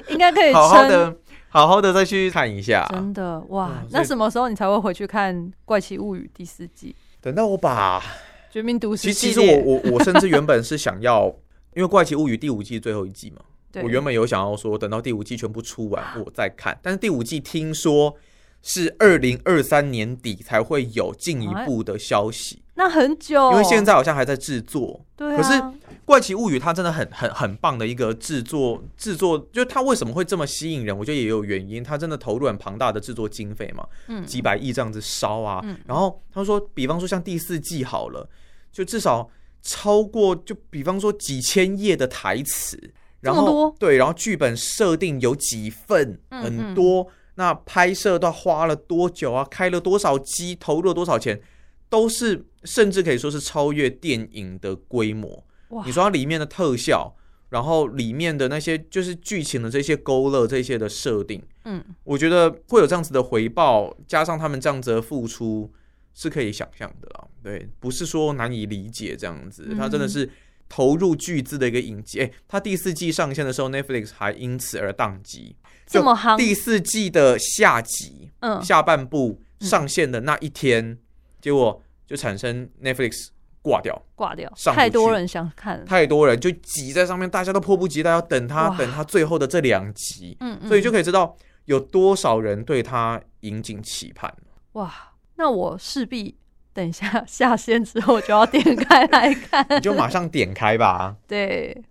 [SPEAKER 1] 应该可以
[SPEAKER 2] 好好
[SPEAKER 1] 撑
[SPEAKER 2] 的、好好的再去看一下。
[SPEAKER 1] 真的哇
[SPEAKER 2] 嗯！所以
[SPEAKER 1] 那什么时候你才会回去看《怪奇物语》第四季
[SPEAKER 2] 等到我把，
[SPEAKER 1] 《绝命毒
[SPEAKER 2] 其
[SPEAKER 1] 师》
[SPEAKER 2] 实
[SPEAKER 1] 系
[SPEAKER 2] 其实我
[SPEAKER 1] 列？
[SPEAKER 2] 我我甚至原本是想要， 因为《怪奇物语》第五季最后一季嘛，
[SPEAKER 1] 对，
[SPEAKER 2] 我原本有想要说等到第五季全部出完我再看，但是第五季听说是二零二三年底才会有进
[SPEAKER 1] 啊
[SPEAKER 2] 一步的消息，
[SPEAKER 1] 那很久，
[SPEAKER 2] 因为现在好像还在制作。
[SPEAKER 1] 对啊，
[SPEAKER 2] 可是《怪奇物语》它真的很很很棒的一个制作，制作就是它为什么会这么吸引人，我觉得也有原因，它真的投入很庞大的制作经费嘛，
[SPEAKER 1] 嗯
[SPEAKER 2] 几百亿这样子烧啊。
[SPEAKER 1] 嗯
[SPEAKER 2] 然后他说，比方说像第四季好了，就至少超过就比方说几千页的台词，然
[SPEAKER 1] 这么
[SPEAKER 2] 后
[SPEAKER 1] 多
[SPEAKER 2] 对，然后剧本设定有几份，
[SPEAKER 1] 嗯
[SPEAKER 2] 很
[SPEAKER 1] 嗯
[SPEAKER 2] 多。那拍摄到花了多久啊？开了多少机？投入了多少钱？都是甚至可以说是超越电影的规模。
[SPEAKER 1] 哇
[SPEAKER 2] 你说它里面的特效，然后里面的那些就是剧情的这些勾勒这些的设定，
[SPEAKER 1] 嗯，
[SPEAKER 2] 我觉得会有这样子的回报，加上他们这样子的付出，是可以想象的啦。对，不是说难以理解这样子，
[SPEAKER 1] 嗯
[SPEAKER 2] 它真的是投入巨资的一个影集。哎、它第四季上线的时候，Netflix 还因此而宕机。
[SPEAKER 1] 这么夯
[SPEAKER 2] 就第四季的下集，
[SPEAKER 1] 嗯
[SPEAKER 2] 下半部上线的那一天，结果就产生 Netflix 挂掉，
[SPEAKER 1] 挂掉，
[SPEAKER 2] 上不
[SPEAKER 1] 太多
[SPEAKER 2] 去
[SPEAKER 1] 人想看了，
[SPEAKER 2] 太多人就挤在上面，大家都迫不及待要等它，
[SPEAKER 1] 哇
[SPEAKER 2] 等它最后的这两集，
[SPEAKER 1] 嗯，嗯
[SPEAKER 2] 所以就可以知道有多少人对它引颈期盼。
[SPEAKER 1] 哇，那我势必等一下 下线之后就要点开来 看，
[SPEAKER 2] 你就马上点开吧。
[SPEAKER 1] 对，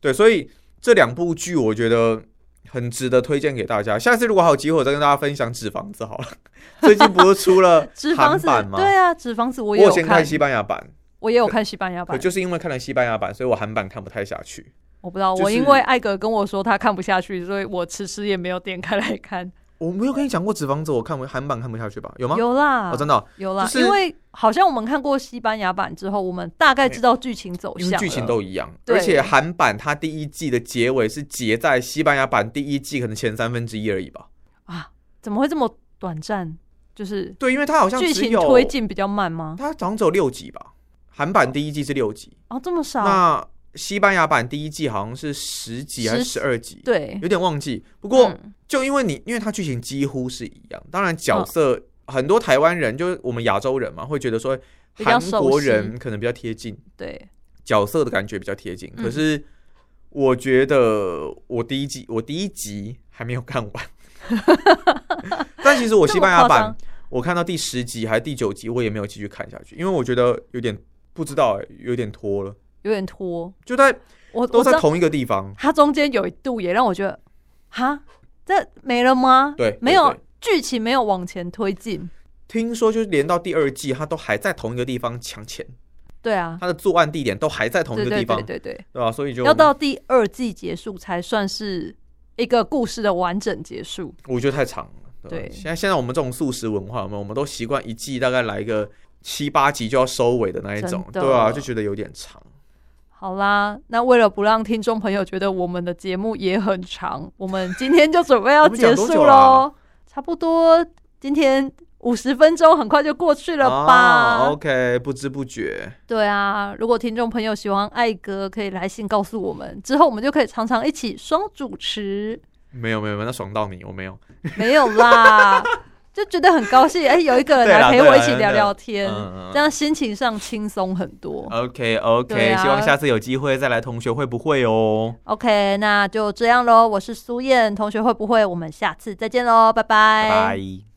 [SPEAKER 2] 对，所以这两部剧我觉得很值得推荐给大家。下次如果还有机会，我再跟大家分享《纸房子》好了。最近不是出了
[SPEAKER 1] 纸房
[SPEAKER 2] 韩
[SPEAKER 1] 子
[SPEAKER 2] 版，吗？
[SPEAKER 1] 对啊，纸房子我
[SPEAKER 2] 我
[SPEAKER 1] 也
[SPEAKER 2] 有
[SPEAKER 1] 有
[SPEAKER 2] 先看
[SPEAKER 1] 看，
[SPEAKER 2] 西班牙版，
[SPEAKER 1] 我也有看西班牙
[SPEAKER 2] 可
[SPEAKER 1] 版，
[SPEAKER 2] 就是因为看了西班牙版，所以我韩版看不太下去。
[SPEAKER 1] 我不知道，
[SPEAKER 2] 就
[SPEAKER 1] 我因
[SPEAKER 2] 是
[SPEAKER 1] 为艾格跟我说他看不下去，所以我迟迟也没有点开来看，
[SPEAKER 2] 我没有跟你讲过《纸房子》，我看不韩版看不下去吧？有 吗？
[SPEAKER 1] 有啊啦
[SPEAKER 2] 哦，，真的哦、
[SPEAKER 1] 有啦，
[SPEAKER 2] 就是
[SPEAKER 1] 因为好像我们看过西班牙版之后，我们大概知道剧情走
[SPEAKER 2] 因
[SPEAKER 1] 向
[SPEAKER 2] 为
[SPEAKER 1] 了，
[SPEAKER 2] 剧情都一样，
[SPEAKER 1] 对
[SPEAKER 2] 而且韩版它第一季的结尾是结在西班牙版第一季可能前三分之一而已吧。
[SPEAKER 1] 啊，怎么会这么短暂？就是
[SPEAKER 2] 对，因为它好像
[SPEAKER 1] 剧
[SPEAKER 2] 只
[SPEAKER 1] 情
[SPEAKER 2] 有
[SPEAKER 1] 推进比较慢吗？
[SPEAKER 2] 它好像只有六集吧。韩版第一季是六集，
[SPEAKER 1] 哦，这么少，
[SPEAKER 2] 那西班牙版第一季好像是十集还是
[SPEAKER 1] 十
[SPEAKER 2] 十二集？，
[SPEAKER 1] 对，
[SPEAKER 2] 有点忘记。不过、
[SPEAKER 1] 嗯
[SPEAKER 2] 就因为你，因为它剧情几乎是一样，当然角色、很多台湾人就是我们亚洲人嘛，会觉得说
[SPEAKER 1] 比较
[SPEAKER 2] 韩
[SPEAKER 1] 熟悉
[SPEAKER 2] 国人可能比较贴近
[SPEAKER 1] 对，
[SPEAKER 2] 角色的感觉比较贴近，
[SPEAKER 1] 嗯
[SPEAKER 2] 可是我觉得我第一季我第一集还没有看完， 但其实我西班牙
[SPEAKER 1] 这么夸
[SPEAKER 2] 版
[SPEAKER 1] 张
[SPEAKER 2] 我看到第十集还是第九集，我也没有继续看下去，因为我觉得有点不知道、欸，有点拖了，
[SPEAKER 1] 有点拖。
[SPEAKER 2] 就在
[SPEAKER 1] 我
[SPEAKER 2] 都
[SPEAKER 1] 我知
[SPEAKER 2] 在
[SPEAKER 1] 道
[SPEAKER 2] 同一个地方。
[SPEAKER 1] 它中间有一度也让我觉得，哈，这没了吗？
[SPEAKER 2] 对对
[SPEAKER 1] 没有
[SPEAKER 2] 对
[SPEAKER 1] 剧情没有往前推进。
[SPEAKER 2] 听说就是连到第二季，他都还在同一个地方抢钱，
[SPEAKER 1] 对啊，
[SPEAKER 2] 他的作案地点都还在同
[SPEAKER 1] 对
[SPEAKER 2] 一个地
[SPEAKER 1] 对
[SPEAKER 2] 方，
[SPEAKER 1] 对对对，
[SPEAKER 2] 对吧、所以就
[SPEAKER 1] 要到第二季结束才算是一个故事的完整结束。
[SPEAKER 2] 我觉得太长了。吧
[SPEAKER 1] 对
[SPEAKER 2] 现在现在我们这种素食文化，我们我们都习惯一季大概来个七八集就要收尾的那一种，
[SPEAKER 1] 真的
[SPEAKER 2] 对啊，就觉得有点长。
[SPEAKER 1] 好啦，那为了不让听众朋友觉得我们的节目也很长，我们今天就准备要
[SPEAKER 2] 我们讲
[SPEAKER 1] 结
[SPEAKER 2] 多
[SPEAKER 1] 束
[SPEAKER 2] 久
[SPEAKER 1] 喽，
[SPEAKER 2] 啦
[SPEAKER 1] 差不多今天五十分钟很快就过去了吧？
[SPEAKER 2] 啊、？OK，不知不觉，
[SPEAKER 1] 对啊，如果听众朋友喜欢艾哥，可以来信告诉我们，之后我们就可以常常一起双主 持。
[SPEAKER 2] 没有没有没有，那爽到你，我没有。
[SPEAKER 1] 没有啦，就觉得很高兴，哎、有一个人
[SPEAKER 2] 对啦
[SPEAKER 1] 来陪
[SPEAKER 2] 对啦
[SPEAKER 1] 我一起
[SPEAKER 2] 真的
[SPEAKER 1] 聊聊天，
[SPEAKER 2] 嗯嗯
[SPEAKER 1] 这样心情上轻松很多。
[SPEAKER 2] OK OK，、
[SPEAKER 1] 对啊
[SPEAKER 2] 希望下次有机会再来同学会不会哦？
[SPEAKER 1] OK，那就这样喽。我是苏燕同学，会不会？我们下次再见喽，拜
[SPEAKER 2] 拜
[SPEAKER 1] 拜
[SPEAKER 2] 拜。